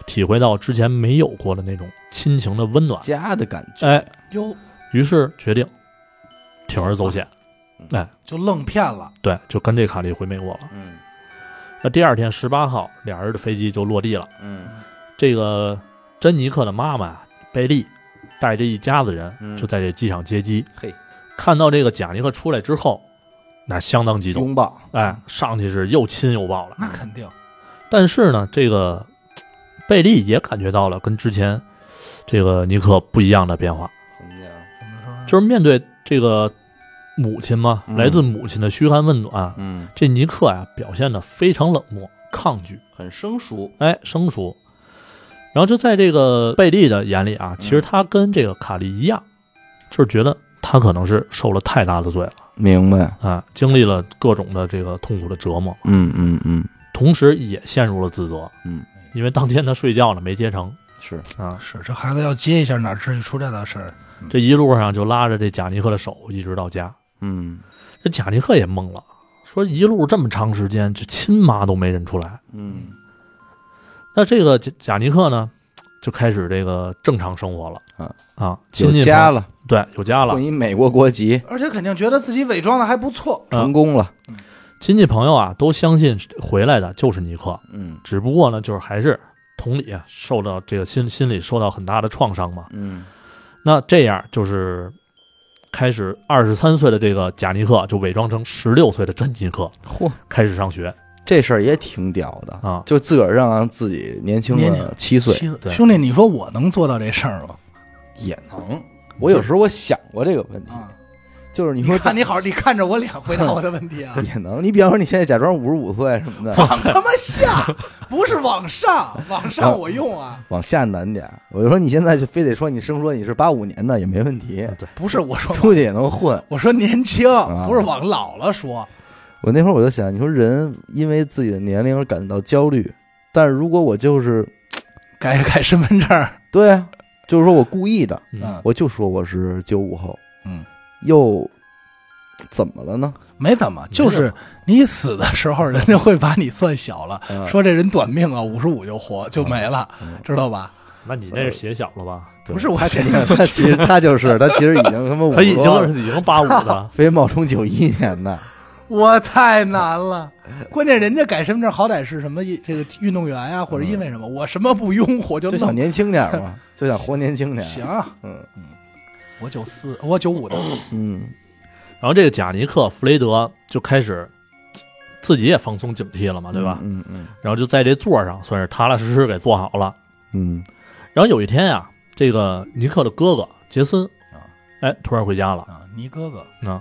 Speaker 3: 体会到之前没有过的那种亲情的温暖，
Speaker 1: 家的感觉，
Speaker 3: 哎，
Speaker 2: 哟、
Speaker 3: 于是决定铤而走险，
Speaker 2: 就愣骗了。
Speaker 3: 对，就跟这卡利回美国了。
Speaker 1: 嗯
Speaker 3: 那第二天十八号，俩人的飞机就落地了。
Speaker 1: 嗯
Speaker 3: 这个珍妮克的妈妈呀，贝利，带着一家子人
Speaker 1: 嗯
Speaker 3: 就在这机场接机。
Speaker 1: 嘿，
Speaker 3: 看到这个贾尼克出来之后，那相当激动，
Speaker 1: 拥抱，
Speaker 3: 哎，上去是又亲又抱了。
Speaker 2: 那肯定，
Speaker 3: 但是呢，这个嘖贝利也感觉到了跟之前这个尼克不一样的变化，
Speaker 1: 怎么讲？
Speaker 2: 怎么说？
Speaker 3: 就是面对这个母亲嘛，
Speaker 1: 嗯
Speaker 3: 来自母亲的嘘寒问暖，啊
Speaker 1: 嗯，
Speaker 3: 这尼克呀、表现的非常冷漠、抗拒，
Speaker 1: 很生疏，
Speaker 3: 哎，生疏。然后就在这个贝利的眼里
Speaker 1: 嗯
Speaker 3: 啊，其实他跟这个卡利一样，就是觉得他可能是受了太大的罪了
Speaker 1: 明白？
Speaker 3: 啊，经历了各种的这个痛苦的折磨，
Speaker 1: 嗯嗯嗯，
Speaker 3: 同时也陷入了自责。
Speaker 1: 嗯，
Speaker 3: 因为当天他睡觉呢，没接成
Speaker 1: 是，
Speaker 3: 啊。
Speaker 2: 是这孩子要接一下，哪至于出这道事儿？
Speaker 3: 这一路上就拉着这贾尼克的手，一直到家。
Speaker 1: 嗯
Speaker 3: 这贾尼克也懵了，说一路这么长时间，这亲妈都没认出来。
Speaker 1: 嗯
Speaker 3: 那这个贾贾尼克呢，就开始这个正常生活了。
Speaker 1: 啊
Speaker 3: 啊，亲
Speaker 1: 有
Speaker 3: 戚
Speaker 1: 家
Speaker 3: 朋
Speaker 1: 了，
Speaker 3: 友对有家了
Speaker 1: 混，一美国国籍，
Speaker 2: 而且肯定觉得自己伪装的还不错。
Speaker 3: 啊
Speaker 1: 成功了，
Speaker 3: 亲戚朋友啊都相信回来的就是尼克，
Speaker 1: 嗯
Speaker 3: 只不过呢，就是还是同理啊，受到这个心心理受到很大的创伤嘛。
Speaker 1: 嗯
Speaker 3: 那这样就是开始，二十三岁的这个贾尼克就伪装成十六岁的真尼克，
Speaker 1: 嚯，
Speaker 3: 开始上学
Speaker 1: 这事儿也挺屌的，
Speaker 3: 啊。
Speaker 1: 就自个儿让自己年轻
Speaker 2: 年
Speaker 1: 了
Speaker 2: 轻
Speaker 1: 七岁
Speaker 2: 亲
Speaker 3: 对
Speaker 2: 兄弟，你说我能做到这事儿吗？
Speaker 1: 也能。我有时候我想过这个问题，
Speaker 2: 啊，
Speaker 1: 就是你
Speaker 2: 你
Speaker 1: 说。
Speaker 2: 看你好，你看着我脸回答我的问题 啊
Speaker 1: 也能，你比方说你现在假装五十五岁什么 的，
Speaker 2: 往他妈下，不是往上，往上我用啊。
Speaker 1: 往下难点儿。我就说你现在就非得说你生说你是八五年的也没问 题，
Speaker 2: 不是我说，
Speaker 1: 出去也能混。
Speaker 2: 我说年轻
Speaker 1: 啊，
Speaker 2: 不是往老了说。
Speaker 1: 我那会儿我就想，你说人因为自己的年龄而感到焦虑，但是如果我就是
Speaker 2: 改改身份证儿，
Speaker 1: 对啊，就是说我故意的，
Speaker 3: 嗯，
Speaker 1: 我就说我是九五后，
Speaker 2: 嗯，
Speaker 1: 又怎么了呢？
Speaker 2: 没怎么，就是你死的时候，人家会把你算小了，
Speaker 1: 嗯
Speaker 2: 说这人短命啊，五十五就活就没了
Speaker 1: 嗯，
Speaker 2: 知道吧？
Speaker 3: 那你这是写小了吧？
Speaker 1: 对
Speaker 2: 不是我
Speaker 1: 他
Speaker 2: 写
Speaker 1: 肯定，他其实他就是他其实已经他妈
Speaker 3: 他已
Speaker 1: 50多了
Speaker 3: 经已经八五了，
Speaker 1: 非冒充九一年的，
Speaker 2: 我太难了，关键人家改身份证好歹是什么一这个运动员呀、或者因为什么，我什么不拥火啊就
Speaker 1: 就想
Speaker 2: 弄
Speaker 1: 年轻点儿嘛，就想活年轻点儿。
Speaker 2: 行，啊
Speaker 1: 嗯
Speaker 2: 我九四，我九五的，
Speaker 1: 嗯
Speaker 3: 然后这个贾尼克弗雷德就开始自己也放松警惕了嘛，对吧？
Speaker 1: 嗯嗯
Speaker 3: 然后就在这座上算是踏踏实实给坐好了。
Speaker 1: 嗯
Speaker 3: 然后有一天呀、这个尼克的哥哥杰森
Speaker 2: 啊，
Speaker 3: 哎，突然回家了，
Speaker 2: 啊，你哥哥
Speaker 3: 嗯，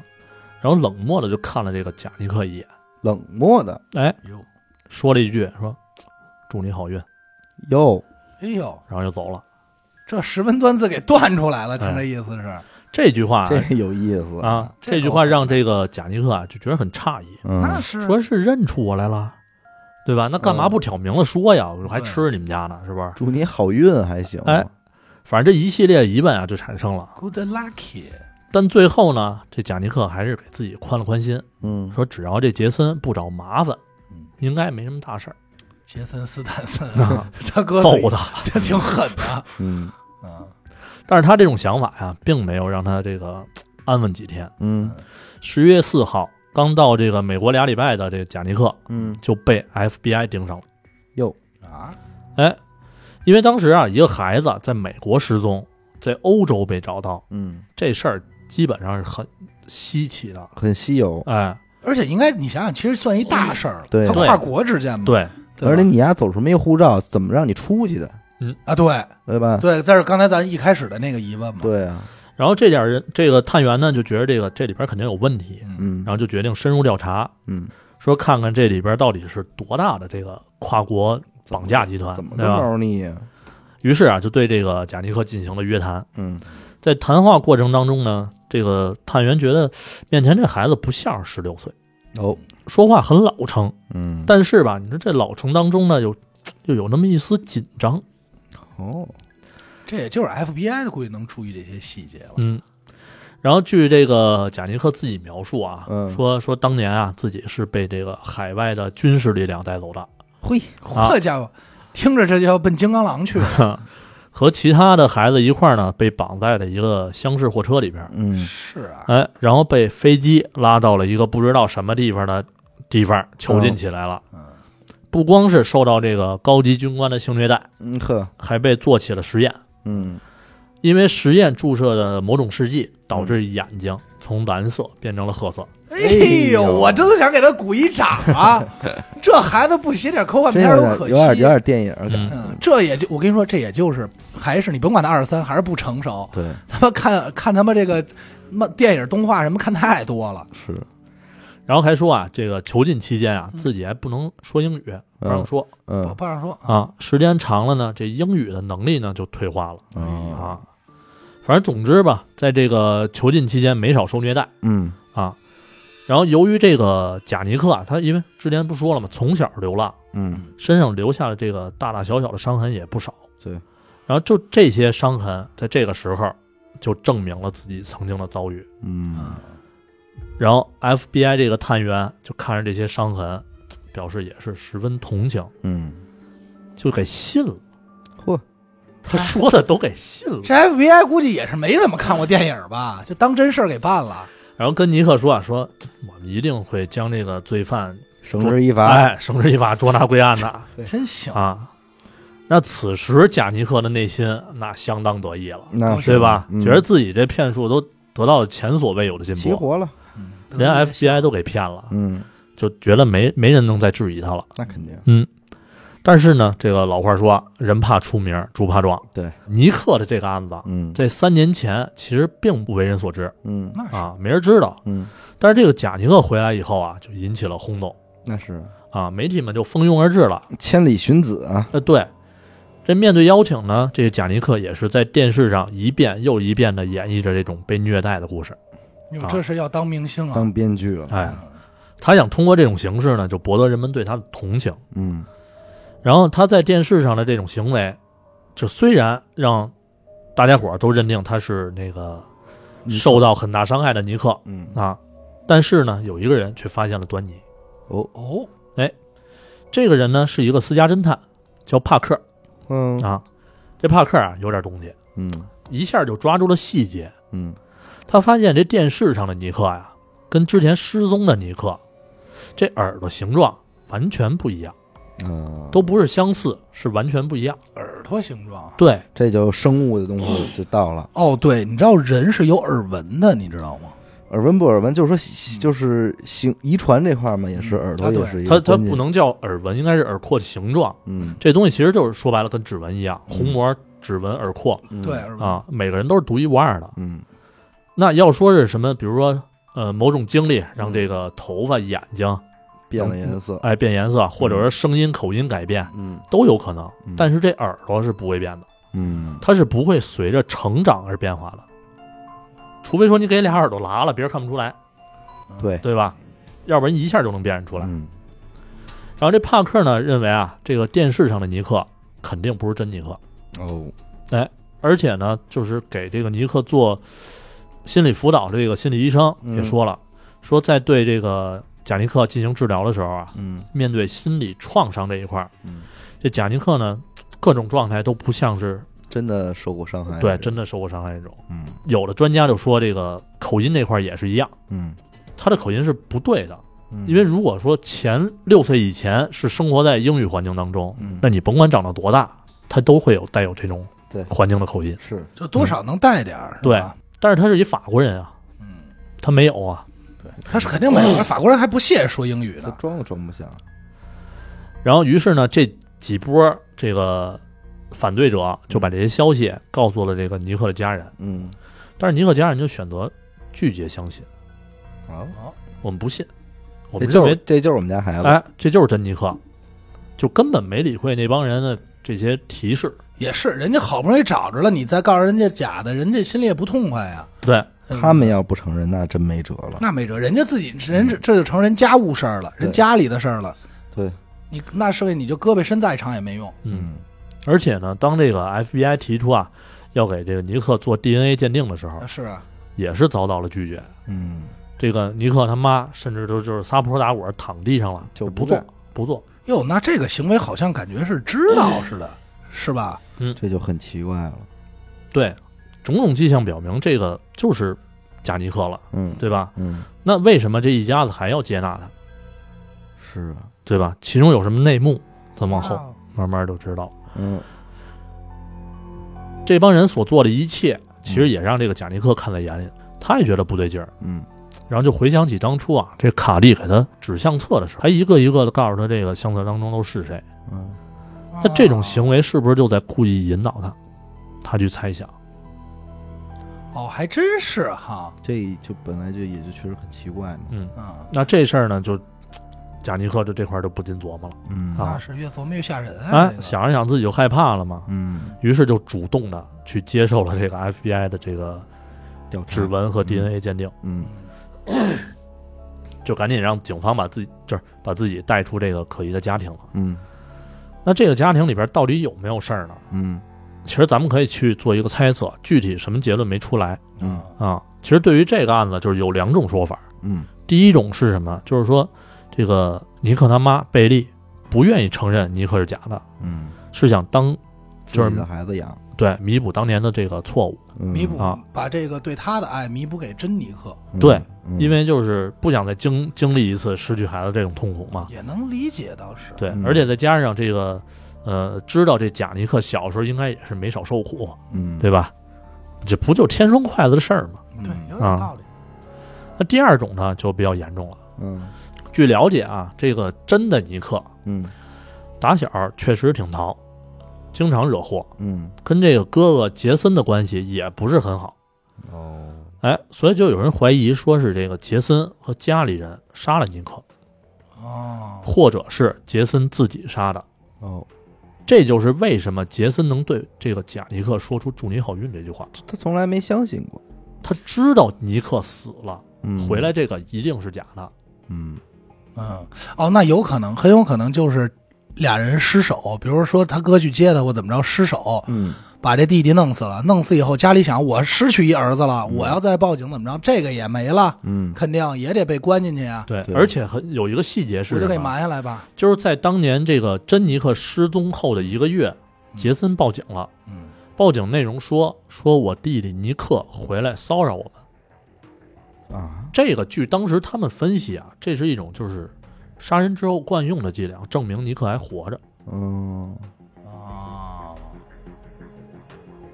Speaker 3: 然后冷漠的就看了这个贾尼克一眼，
Speaker 1: 冷漠的
Speaker 3: 哎，
Speaker 2: 哟，
Speaker 3: 说了一句说祝你好运，
Speaker 1: 哟，
Speaker 2: 哎呦，
Speaker 3: 然后就走了。
Speaker 2: 这识文断字给断出来了，
Speaker 1: 哎
Speaker 2: 听这意思是，
Speaker 3: 这句话
Speaker 1: 这有意思！
Speaker 3: 啊，
Speaker 2: 这个
Speaker 3: 这句话让这个贾尼克啊就觉得很诧异，
Speaker 1: 嗯，
Speaker 2: 是
Speaker 3: 说是认出我来了，对吧？那干嘛不挑明了说呀？我还
Speaker 2: 对
Speaker 3: 吃着你们家呢，是不是？
Speaker 1: 祝你好运还行。
Speaker 3: 哎，反正这一系列疑问啊就产生了。
Speaker 2: good lucky，
Speaker 3: 但最后呢，这贾尼克还是给自己宽了宽心，
Speaker 1: 嗯，
Speaker 3: 说只要这杰森不找麻烦
Speaker 2: 嗯，
Speaker 3: 应该没什么大事儿。
Speaker 2: 杰森斯 坦森
Speaker 3: 啊，
Speaker 2: 他哥
Speaker 3: 揍
Speaker 2: 的，
Speaker 3: 他！
Speaker 2: 他挺狠的，
Speaker 1: 嗯
Speaker 2: 嗯，
Speaker 3: 但是他这种想法呀、并没有让他这个呃安稳几天。
Speaker 1: 嗯
Speaker 3: 十月四号，刚到这个美国俩礼拜的这个贾尼克
Speaker 1: 嗯，
Speaker 3: 就被 FBI 盯上了。
Speaker 2: 啊，
Speaker 3: 哎，因为当时啊，一个孩子在美国失踪，在欧洲被找到，
Speaker 1: 嗯，
Speaker 3: 这事儿基本上是很稀奇的。
Speaker 1: 很稀有，
Speaker 3: 哎，
Speaker 2: 而且应该你想想，其实算一大事儿了，
Speaker 1: 对
Speaker 2: 他跨国之间
Speaker 1: 嗯
Speaker 2: 嘛，
Speaker 3: 对，
Speaker 2: 对吧，
Speaker 1: 而且你丫走时候没有护照，怎么让你出去的？
Speaker 2: 啊，对
Speaker 1: 对吧？
Speaker 2: 对，这是刚才咱一开始的那个疑问嘛，
Speaker 1: 对啊，
Speaker 3: 然后这点人，这个探员呢就觉得这个这里边肯定有问题，
Speaker 1: 嗯
Speaker 3: 然后就决定深入调查，
Speaker 1: 嗯，
Speaker 3: 说看看这里边到底是多大的这个跨国绑架集团
Speaker 1: 怎么，个
Speaker 3: 啊对吧？
Speaker 1: 猫腻呀？
Speaker 3: 于是啊，就对这个贾尼克进行了约谈。
Speaker 1: 嗯
Speaker 3: 在谈话过程当中呢，这个探员觉得面前这孩子不像十六岁，
Speaker 1: 哦
Speaker 2: 嗯
Speaker 3: 说话很老成，
Speaker 1: 嗯，
Speaker 3: 但是吧，你说这老成当中呢，有又有那么一丝紧张。
Speaker 1: 哦
Speaker 2: 这也就是 FBI 估计能注意这些细节了。
Speaker 3: 嗯，然后据这个贾尼克自己描述啊，
Speaker 1: 嗯
Speaker 3: 说说当年啊自己是被这个海外的军事力量带走的，
Speaker 2: 嘿，
Speaker 1: 啊
Speaker 2: 好家伙，听着这就要奔金刚狼去了。
Speaker 3: 和其他的孩子一块儿呢被绑在了一个厢式货车里边，
Speaker 1: 嗯
Speaker 2: 是啊，
Speaker 3: 哎，然后被飞机拉到了一个不知道什么地方的地方囚禁起来了。不光是受到这个高级军官的性虐待，
Speaker 1: 嗯呵
Speaker 3: 还被做起了实验。
Speaker 1: 嗯
Speaker 3: 因为实验注射的某种试剂，导致眼睛从蓝色变成了褐色。
Speaker 2: 哎
Speaker 1: 哎
Speaker 2: 呦，
Speaker 1: 呦
Speaker 2: 我真的想给他鼓一掌 啊！这孩子不写点科幻
Speaker 1: 这
Speaker 2: 片
Speaker 1: 有
Speaker 2: 儿都
Speaker 1: 点有
Speaker 2: 可惜。
Speaker 1: 点有点电影感，
Speaker 3: 嗯，
Speaker 2: 嗯，这也就我跟你说，这也就是还是你甭管他二十三，还是不成 熟。
Speaker 1: 对
Speaker 2: 他妈看看他妈这个漫电影动画什么看太多
Speaker 3: 嗯
Speaker 2: 了，
Speaker 1: 是
Speaker 3: 然后还说啊，这个囚禁期间啊，自己还不能说英语，不让说
Speaker 2: 不
Speaker 1: 嗯
Speaker 2: 不让说啊。
Speaker 3: 啊。时间长了呢，这英语的能力呢就退化了
Speaker 1: 哦
Speaker 3: 啊。反正总之吧，在这个囚禁期间没少受虐待。
Speaker 1: 嗯
Speaker 3: 啊。然后由于这个贾尼克啊，他因为之前不说了嘛，从小流浪，
Speaker 1: 嗯
Speaker 3: 身上留下的这个大大小小的伤痕也不少。
Speaker 1: 对，
Speaker 3: 然后就这些伤痕，在这个时候就证明了自己曾经的遭遇。
Speaker 1: 嗯
Speaker 3: 啊然后 FBI 这个探员就看着这些伤痕，表示也是十分同情，
Speaker 1: 嗯，
Speaker 3: 就给信了。
Speaker 1: 嚯，
Speaker 3: 他说的都给信了。
Speaker 2: 这 FBI 估计也是没怎么看过电影吧，就当真事儿给办了。
Speaker 3: 然后跟尼克说啊，说我们一定会将这个罪犯，
Speaker 1: 绳之以法，
Speaker 3: 哎，绳之以法，捉拿归案的。
Speaker 1: 对
Speaker 2: 真行，
Speaker 3: 啊。那此时贾尼克的内心那相当得意了，
Speaker 1: 那是
Speaker 3: 对吧？
Speaker 1: 嗯
Speaker 3: 觉得自己这骗术都得到了前所未有的进
Speaker 1: 齐
Speaker 3: 步，
Speaker 1: 活了，
Speaker 2: 嗯
Speaker 3: 连 FBI 都给骗了，
Speaker 1: 嗯，
Speaker 3: 就觉得没没人能再质疑他了。
Speaker 1: 那肯定，
Speaker 3: 嗯但是呢，这个老话说“人怕出名，猪怕壮”。
Speaker 1: 对，
Speaker 3: 尼克的这个案子，
Speaker 1: 嗯
Speaker 3: 在三年前其实并不为人所知
Speaker 1: 嗯
Speaker 2: 那是
Speaker 3: 啊，没人知道。
Speaker 1: 嗯，
Speaker 3: 但是这个贾尼克回来以后啊，就引起了轰动
Speaker 1: 那是
Speaker 3: 啊，媒体们就蜂拥而至了。
Speaker 1: 千里寻子啊，
Speaker 3: 呃，对，这面对邀请呢，这个贾尼克也是在电视上一遍又一遍的演绎着这种被虐待的故事。
Speaker 2: 哟这是要当明星啊！
Speaker 1: 当编剧了，
Speaker 3: 哎，他想通过这种形式呢，就博得人们对他的同情。
Speaker 1: 嗯
Speaker 3: 然后他在电视上的这种行为，就虽然让大家伙儿都认定他是那个
Speaker 1: 尼克
Speaker 3: 受到很大伤害的尼克
Speaker 1: 嗯
Speaker 3: 啊，但是呢，有一个人却发现了端倪。
Speaker 2: 哦，
Speaker 3: 这个人呢是一个私家侦探，叫帕克
Speaker 1: 嗯
Speaker 3: 啊。这帕克啊有点东西，
Speaker 1: 嗯
Speaker 3: 一下就抓住了细节。
Speaker 1: 嗯，
Speaker 3: 他发现这电视上的尼克呀，跟之前失踪的尼克，这耳朵形状完全不一样，
Speaker 1: 啊，
Speaker 3: 都不是相似，是完全不一样。
Speaker 2: 耳朵形状。啊
Speaker 3: 对，
Speaker 1: 这就生物的东西就到了，
Speaker 2: 哦，对，你知道人是有耳闻的，你知道吗？
Speaker 1: 耳闻不耳闻，就是说
Speaker 3: 嗯
Speaker 1: 喜就是行遗传这块嘛，也是
Speaker 2: 嗯
Speaker 1: 耳朵
Speaker 2: 啊对
Speaker 1: 也是一
Speaker 3: 它
Speaker 1: 个
Speaker 3: 它
Speaker 1: 关键
Speaker 3: 不，能叫耳纹，应该是耳廓的形状。
Speaker 1: 嗯，
Speaker 3: 这东西其实就是说白了跟指纹一样，
Speaker 1: 嗯
Speaker 3: 虹膜、指纹、耳廓
Speaker 1: 嗯
Speaker 2: 对，，耳闻。
Speaker 3: 啊，每个人都是独一无二的。
Speaker 1: 嗯
Speaker 3: 那要说是什么，比如说呃某种经历让
Speaker 1: 嗯
Speaker 3: 这个头发、眼睛
Speaker 1: 变了颜色，
Speaker 3: 哎变颜色，或者说声音、口音改变
Speaker 1: 嗯
Speaker 3: 都有可能
Speaker 1: 嗯，
Speaker 3: 但是这耳朵是不会变的。
Speaker 1: 嗯
Speaker 3: 它是不会随着成长而变化的，除非说你给俩耳朵拉了，别人看不出来，
Speaker 1: 对，
Speaker 3: 对吧？要不然一下就能辨认出来。
Speaker 1: 嗯
Speaker 3: 然后这帕克呢认为啊，这个电视上的尼克肯定不是真尼克，
Speaker 1: 哦，
Speaker 3: 而且呢，就是给这个尼克做心理辅导的这个心理医生
Speaker 1: 嗯
Speaker 3: 也说了，说在对这个贾尼克进行治疗的时候啊，
Speaker 1: 嗯
Speaker 3: 面对心理创伤这一块儿，
Speaker 1: 嗯，
Speaker 3: 这贾尼克呢各种状态都不像是
Speaker 1: 真的受过伤害，
Speaker 3: 对真，的受过伤害那种。
Speaker 1: 嗯
Speaker 3: 有的专家就说这个口音这块儿也是一样。
Speaker 1: 嗯，
Speaker 3: 他的口音是不对的，
Speaker 1: 嗯
Speaker 3: 因为如果说前六岁以前是生活在英语环境当中，
Speaker 1: 嗯
Speaker 3: 那你甭管长到多大，他都会有带有这种
Speaker 1: 对
Speaker 3: 环境的口音。
Speaker 1: 是
Speaker 2: 就多
Speaker 1: 嗯
Speaker 2: 少能带点儿，是吧？
Speaker 3: 但是他是一法国人啊，
Speaker 2: 嗯，
Speaker 3: 他没有啊。
Speaker 2: 他是肯定没有，法国人还不屑说英语
Speaker 1: 他
Speaker 2: 呢。
Speaker 1: 装都装不像，
Speaker 3: 然后于是呢，这几波这个反对者就把这些消息告诉了这个尼克的家人。
Speaker 1: 嗯
Speaker 3: 但是尼克家人就选择拒绝相信，
Speaker 1: 啊，
Speaker 3: 我们不信，我
Speaker 1: 这
Speaker 3: 们认
Speaker 1: 就是
Speaker 3: 为
Speaker 1: 这就是我们家孩子，
Speaker 3: 哎，这就是真尼克，就根本没理会那帮人的这些提示。
Speaker 2: 也是，人家好不容易找着了，你再告诉人家假的，人家心里也不痛快呀。
Speaker 3: 对，
Speaker 2: 对吧
Speaker 1: 他们要不承认，那真没辙了。
Speaker 2: 那没辙，人家自己人这这就成人家务事儿了，人
Speaker 1: 对
Speaker 2: 家里的事儿了。
Speaker 1: 对，
Speaker 2: 你那剩下你就胳膊伸再长也没用。
Speaker 3: 嗯，，而且呢，当这个 FBI 提出啊要给这个尼克做 DNA 鉴定的时候
Speaker 2: 啊，是啊，
Speaker 3: 也是遭到了拒绝。
Speaker 1: 嗯，
Speaker 3: 这个尼克他妈甚至都就是撒泼打滚躺地上了，
Speaker 1: 就
Speaker 3: 不
Speaker 1: 不
Speaker 3: 做
Speaker 1: 干
Speaker 3: 不做。
Speaker 2: 哟，那这个行为好像感觉是知道似的，是吧？
Speaker 1: 这就很奇怪了。
Speaker 3: 对，种种迹象表明这个就是贾尼克了，
Speaker 1: 嗯，
Speaker 3: 对吧？
Speaker 1: 嗯，
Speaker 3: 那为什么这一家子还要接纳他，
Speaker 1: 是啊，
Speaker 3: 对吧？其中有什么内幕？咱往
Speaker 2: 嗯
Speaker 3: 后
Speaker 2: 哦
Speaker 3: 慢慢就知道。
Speaker 1: 嗯，
Speaker 3: 这帮人所做的一切，其实也让这个贾尼克看在眼里，他也觉得不对劲儿，
Speaker 1: 嗯，
Speaker 3: 然后就回想起当初啊，这卡利给他指相册的时候，还一个一个的告诉他这个相册当中都是谁。
Speaker 1: 嗯，
Speaker 3: 那这种
Speaker 2: 为
Speaker 3: 行为是不是就在故意引导他，他去猜想？
Speaker 2: 哦，还真是哈，
Speaker 1: 这就本来就也就确实很奇怪嘛。
Speaker 3: 嗯，
Speaker 2: 嗯，
Speaker 3: 那这事儿呢，就贾尼克就这块儿就不禁琢磨了。
Speaker 1: 嗯
Speaker 3: 啊
Speaker 2: 那是越琢磨越吓人啊。
Speaker 3: 哎
Speaker 2: 这，个
Speaker 3: 想着想自己就害怕了嘛，
Speaker 1: 嗯，
Speaker 3: 于是就主动的去接受了这个 FBI 的这个
Speaker 1: 调查
Speaker 3: 指纹和 DNA 鉴定，
Speaker 1: 嗯
Speaker 3: 就赶紧让警方把自己就是把自己带出这个可疑的家庭了。
Speaker 1: 嗯
Speaker 3: 那这个家庭里边到底有没有事儿呢？
Speaker 1: 嗯
Speaker 3: 其实咱们可以去做一个猜测，具体什么结论没出来
Speaker 1: 嗯
Speaker 3: 啊。其实对于这个案子，就是有两种说法。
Speaker 1: 嗯
Speaker 3: 第一种是什么？就是说这个尼克他妈贝利不愿意承认尼克是假的，
Speaker 1: 嗯，
Speaker 3: 是想当
Speaker 1: 自
Speaker 3: 就是
Speaker 1: 己的孩子养，
Speaker 3: 对弥补当年的这个错误，
Speaker 1: 嗯
Speaker 2: 弥补
Speaker 3: 啊
Speaker 2: 把这个对他的爱弥补给珍妮克，
Speaker 3: 对，
Speaker 1: 嗯
Speaker 3: 因为就是不想再经经历一次失去孩子这种痛苦嘛。
Speaker 2: 也能理解倒是。
Speaker 3: 对
Speaker 1: 嗯，
Speaker 3: 而且再加上这个，呃，知道这贾尼克小时候应该也是没少受苦，
Speaker 1: 嗯
Speaker 3: 对吧？这不就天生筷子的事儿吗？
Speaker 2: 对，有点
Speaker 3: 啊
Speaker 2: 道理。
Speaker 3: 那第二种呢，就比较严重了。
Speaker 1: 嗯
Speaker 3: 据了解啊，这个真的尼克
Speaker 1: 嗯
Speaker 3: 打小确实挺淘，经常惹祸，
Speaker 1: 嗯
Speaker 3: 跟这个哥哥杰森的关系也不是很好。
Speaker 1: 哦，
Speaker 3: 哎，所以就有人怀疑说是这个杰森和家里人杀了尼克，
Speaker 2: 哦，
Speaker 3: 或者是杰森自己杀的。
Speaker 1: 哦，
Speaker 3: 这就是为什么杰森能对这个贾尼克说出“祝你好运”这句话。
Speaker 1: 他从来没相信过，
Speaker 3: 他知道尼克死了，
Speaker 1: 嗯
Speaker 3: 回来，这个一定是假的。
Speaker 1: 嗯
Speaker 2: 嗯，哦，那有可能，很有可能就是俩人失手，比如说他哥去接他或怎么着失手，
Speaker 1: 嗯
Speaker 2: 把这弟弟弄死了，弄死以后家里想我失去一儿子了，我要再报警怎么着，这个也没了，
Speaker 1: 嗯
Speaker 2: 肯定也得被关进去呀，
Speaker 3: 对，
Speaker 1: 对
Speaker 3: 而且很有一个细节
Speaker 2: 我
Speaker 3: 是
Speaker 2: 就给
Speaker 3: 什么
Speaker 2: 瞒下来吧。
Speaker 3: 就是在当年这个珍妮克失踪后的一个月，杰森报警了。
Speaker 2: 嗯，
Speaker 3: 报警内容说，说我弟弟尼克回来骚扰我们。
Speaker 1: 啊，
Speaker 3: 这个据当时他们分析啊，这是一种就是杀人之后惯用的伎俩，证明尼克还活着。
Speaker 1: 嗯，
Speaker 2: 哦，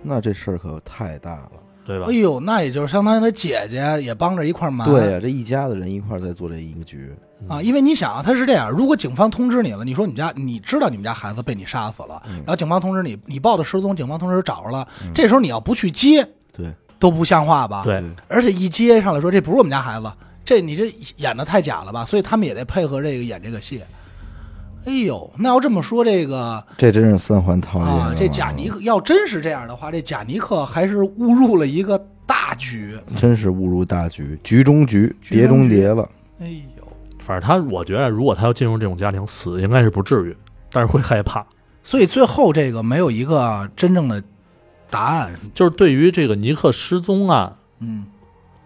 Speaker 1: 那这事儿可太大了。
Speaker 3: 对吧
Speaker 2: 哎？呦，那也就是相当于他姐姐也帮着一块儿瞒。
Speaker 1: 对呀、啊这一家子人一块儿在做这一个局，
Speaker 3: 嗯
Speaker 2: 啊，因为你想啊，他是这样，如果警方通知你了，你说你们家你知道你们家孩子被你杀死了，
Speaker 1: 嗯
Speaker 2: 然后警方通知你，你报的失踪，警方通知找着了，
Speaker 1: 嗯
Speaker 2: 这时候你要不去接
Speaker 1: 对
Speaker 2: 都不像话吧？，
Speaker 3: 对，
Speaker 2: 而且一接上来说这不是我们家孩子，这你这演的太假了吧？所以他们也得配合这个演这个戏。哎呦，那要这么说，这个
Speaker 1: 这真是三环套利
Speaker 2: 啊，这贾尼克要真是这样的话，这贾尼克还是误入了一个大局。
Speaker 1: 真是误入大局，局中局，
Speaker 2: 局
Speaker 1: 碟
Speaker 2: 中
Speaker 1: 中
Speaker 2: 局
Speaker 1: 谍了。
Speaker 2: 哎呦，
Speaker 3: 反正他，我觉得如果他要进入这种家庭，死应该是不至于，但是会害怕。
Speaker 2: 所以最后这个没有一个真正的答案。
Speaker 3: 就是对于这个尼克失踪案，
Speaker 2: 嗯，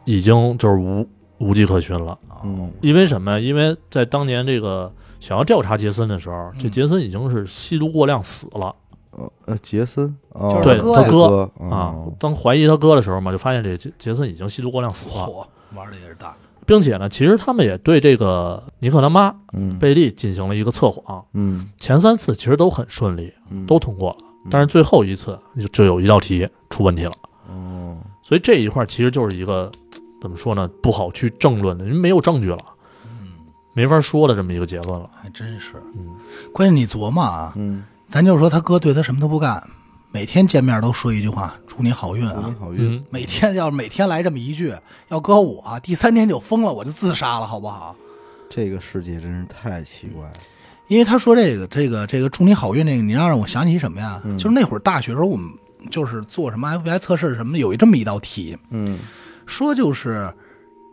Speaker 3: 已经就是无无迹可寻了。
Speaker 1: 嗯
Speaker 3: 因为什么呀？因为在当年这个想要调查杰森的时候，这
Speaker 2: 嗯
Speaker 3: 杰森已经是吸毒过量死了
Speaker 1: 呃呃，杰森，哦
Speaker 2: 就、是
Speaker 3: 对
Speaker 2: 他
Speaker 1: 哥
Speaker 2: 哥
Speaker 3: 呀
Speaker 1: 哥
Speaker 3: 啊
Speaker 1: 哦。
Speaker 3: 当怀疑他哥的时候嘛，就发现这杰杰森已经吸毒过量死了，
Speaker 2: 火玩的也是大。
Speaker 3: 并且呢，其实他们也对这个尼克他妈
Speaker 1: 嗯
Speaker 3: 贝利进行了一个测谎，
Speaker 1: 嗯
Speaker 3: 前三次其实都很顺利，
Speaker 1: 嗯
Speaker 3: 都通过了，但是最后一次就就有一道题出问题了。
Speaker 1: 哦
Speaker 3: 所以这一块儿其实就是一个怎么说呢，不好去争论的，因为没有证据了，
Speaker 2: 嗯，
Speaker 3: 没法说的这么一个结论了。
Speaker 2: 还真是。
Speaker 3: 嗯，
Speaker 2: 关键你琢磨啊，
Speaker 1: 嗯
Speaker 2: 咱就说他哥对他什么都不干，每天见面都说一句话：“祝你好运
Speaker 1: 祝你
Speaker 2: 啊
Speaker 1: 好运。
Speaker 3: 嗯！”，
Speaker 2: 每天要每天来这么一句，要搁我，啊第三天就疯了，我就自杀了，好不好？
Speaker 1: 这个世界真是太奇怪了。
Speaker 2: 因为他说这个这个这个祝你好运这个，你让让我想起什么呀？就是那会儿大学时候，我们就是做什么 FBI 测试什么的，有一这么一道题，
Speaker 1: 嗯
Speaker 2: 说就是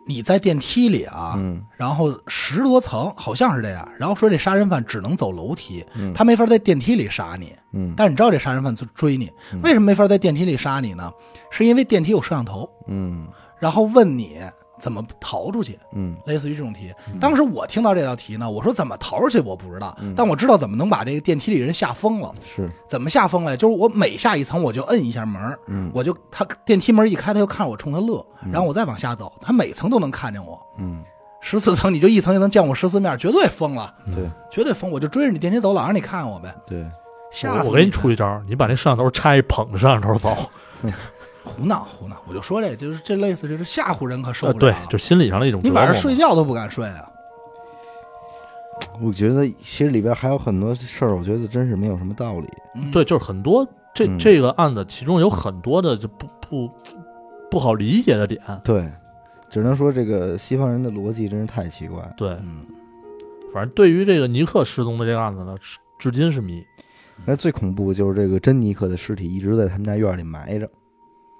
Speaker 2: 你在电梯里啊，
Speaker 1: 嗯
Speaker 2: 然后十多层好像是这样，然后说这杀人犯只能走楼梯，他没法在电梯里杀你，
Speaker 1: 嗯
Speaker 2: 但是你知道这杀人犯追追你，为什么没法在电梯里杀你呢？是因为电梯有摄像头，
Speaker 1: 嗯
Speaker 2: 然后问你怎么逃出去，
Speaker 1: 嗯嗯
Speaker 2: 类似于这种题。当时我听到这道题呢，我说怎么逃出去我不知道，但我知道怎么能把这个电梯里人吓疯了。
Speaker 1: 是
Speaker 2: 怎么吓疯了呀？就是我每下一层我就摁一下门儿，
Speaker 1: 嗯
Speaker 2: 我就他电梯门一开，他就看着我冲他乐，然后我再往下走，他每层都能看见我。
Speaker 1: 嗯
Speaker 2: 十四层你就一层一层见我十四面，绝对疯了，
Speaker 1: 对
Speaker 2: 绝对疯！我就追着你电梯走，老让你看我呗，
Speaker 1: 对
Speaker 2: 吓死
Speaker 3: 我给
Speaker 2: 你
Speaker 3: 你出一招，你把那摄像头拆，捧着摄像头走。
Speaker 2: 胡闹胡闹！我就说这就是这类似就是吓唬人可受
Speaker 3: 呃，
Speaker 2: 不了。
Speaker 3: 对，就心理上的一种折
Speaker 2: 你
Speaker 3: 磨嘛。
Speaker 2: 晚上睡觉都不敢睡啊。
Speaker 1: 我觉得其实里边还有很多事儿，我觉得真是没有什么道理。
Speaker 2: 嗯、
Speaker 3: 对，就是很多这、
Speaker 1: 嗯
Speaker 3: 这个案子，其中有很多的就不不不好理解的点。
Speaker 1: 对，只能说这个西方人的逻辑真是太奇怪了。
Speaker 3: 对，
Speaker 2: 嗯，
Speaker 3: 反正对于这个尼克失踪的这个案子呢，是至今是谜。
Speaker 1: 那最恐怖的就是这个珍妮克的尸体一直在他们家院里埋着。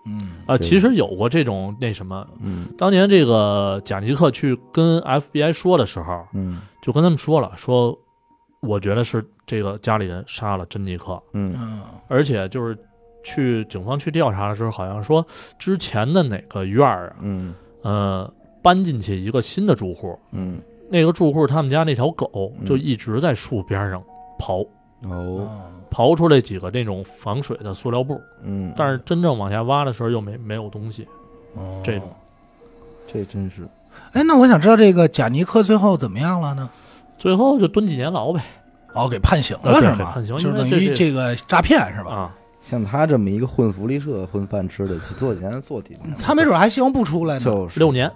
Speaker 2: 嗯
Speaker 3: 啊，
Speaker 1: 对
Speaker 3: 其实有过这种那什么，
Speaker 1: 嗯
Speaker 3: 当年这个贾尼克去跟 FBI 说的时候，
Speaker 1: 嗯
Speaker 3: 就跟他们说了，说我觉得是这个家里人杀了珍妮克，
Speaker 1: 嗯
Speaker 2: 嗯
Speaker 3: 而且就是去警方去调查的时候，好像说之前的哪个院儿啊，
Speaker 1: 嗯
Speaker 3: 呃，搬进去一个新的住户，
Speaker 1: 嗯
Speaker 3: 那个住户他们家那条狗
Speaker 1: 嗯
Speaker 3: 就一直在树边上刨，
Speaker 1: 哦
Speaker 2: 嗯
Speaker 3: 刨出来几个那种防水的塑料布，
Speaker 1: 嗯，
Speaker 3: 但是真正往下挖的时候又没没有东西。
Speaker 2: 哦
Speaker 3: 这种
Speaker 1: 这真是
Speaker 2: 哎，那我想知道这个贾尼克最后怎么样了呢？
Speaker 3: 最后就蹲几年牢呗
Speaker 2: 哦，给判刑了
Speaker 3: 啊
Speaker 2: 是
Speaker 3: 对
Speaker 2: 吗？
Speaker 3: 给判刑
Speaker 2: 就是
Speaker 3: 因为
Speaker 2: 等
Speaker 3: 这
Speaker 2: 于
Speaker 3: 这
Speaker 2: 这个诈骗是吧？
Speaker 3: 啊！
Speaker 1: 像他这么一个混福利社混饭吃的，就坐几年坐几年，
Speaker 2: 嗯他没准还希望不出来呢。
Speaker 1: 就是
Speaker 3: 六年，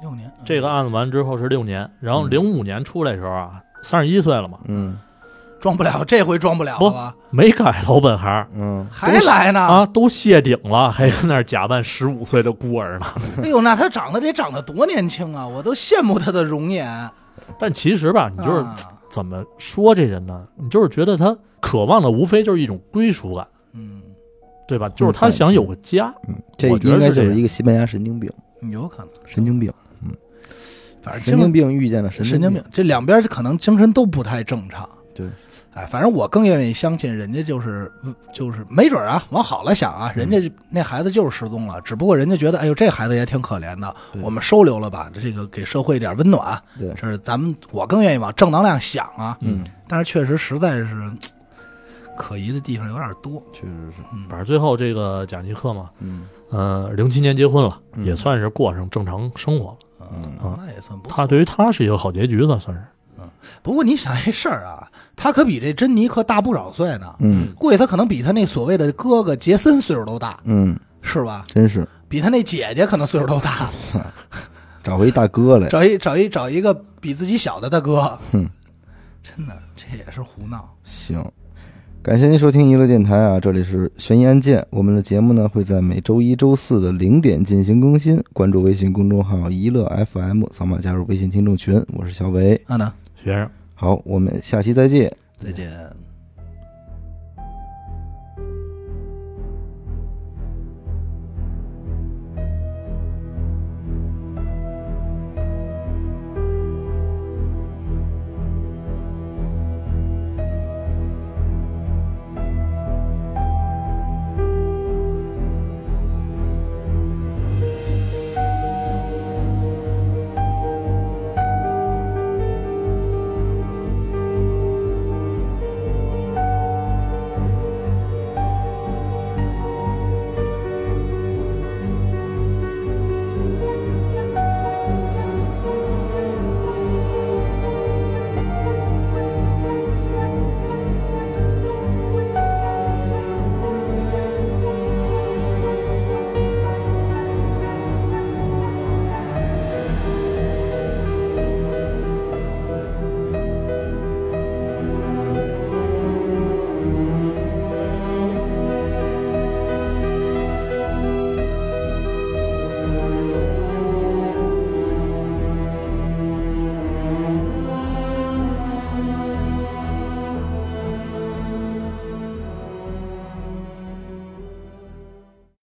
Speaker 2: 六年，
Speaker 3: 这个案子完之后是六年，然后
Speaker 1: 嗯
Speaker 3: 零五年出来的时候啊，三十一岁了嘛，
Speaker 1: 嗯
Speaker 2: 装不了，这回装不了了吧？
Speaker 3: 没改老本行
Speaker 1: 嗯
Speaker 2: 还来呢？
Speaker 3: 啊，都谢顶了，还跟那儿假扮十五岁的孤儿呢。
Speaker 2: 哎呦，那他长得得长得多年轻啊！我都羡慕他的容颜。
Speaker 3: 但其实吧，你就是
Speaker 2: 啊
Speaker 3: 怎么说这人呢？你就是觉得他渴望的无非就是一种归属感，
Speaker 2: 嗯，
Speaker 3: 对吧？就是他想有个家。
Speaker 1: 嗯，这
Speaker 3: 我觉得
Speaker 1: 应该
Speaker 3: 是这
Speaker 1: 就是
Speaker 3: 样
Speaker 1: 一个西班牙神经病，
Speaker 2: 有可能，
Speaker 1: 神经病，
Speaker 2: 反正
Speaker 1: 神经病遇见了神
Speaker 2: 啊神经
Speaker 1: 经
Speaker 2: 病，，这两边可能精神都不太正常。
Speaker 1: 对，
Speaker 2: 哎，反正我更愿意相信人家就是就是没准啊，往好了想啊，人家那孩子就是失踪了，只不过人家觉得哎呦这孩子也挺可怜的，
Speaker 1: 对
Speaker 2: 我们收留了吧，这个给社会一点温暖，
Speaker 1: 对
Speaker 2: 这是咱们我更愿意往正能量想啊。
Speaker 1: 嗯，
Speaker 2: 但是确实实在是嘖可疑的地方有点多。
Speaker 1: 确实是，
Speaker 3: 反正最后这个贾尼克嘛，
Speaker 1: 嗯
Speaker 3: 呃，零七年结婚了，
Speaker 1: 嗯
Speaker 3: 也算是过上正常生活了。
Speaker 2: 嗯，
Speaker 3: 啊
Speaker 2: 那也算不
Speaker 3: 他
Speaker 2: 错。
Speaker 3: 对于他是一个好结局吧，算是。
Speaker 2: 不过你想这事儿啊，他可比这珍妮可大不少岁呢。
Speaker 1: 嗯
Speaker 2: 估计他可能比他那所谓的哥哥杰森岁数都大，
Speaker 1: 嗯，
Speaker 2: 是吧？
Speaker 1: 真是
Speaker 2: 比他那姐姐可能岁数都
Speaker 3: 啊
Speaker 2: 大。
Speaker 1: 找回一大哥来，
Speaker 2: 找一找一找一个比自己小的大哥，
Speaker 3: 嗯
Speaker 1: 哼，
Speaker 2: 真的这也是胡闹。
Speaker 1: 行。感谢您收听娱乐电台啊，这里是悬疑案件。我们的节目呢会在每周一周四的零点进行更新，关注微信公众号“娱乐 FM”，扫码加入微信听众群。我是小伟，
Speaker 2: 啊呢，
Speaker 3: 学生，
Speaker 1: 好，我们下期再见。
Speaker 2: 再见。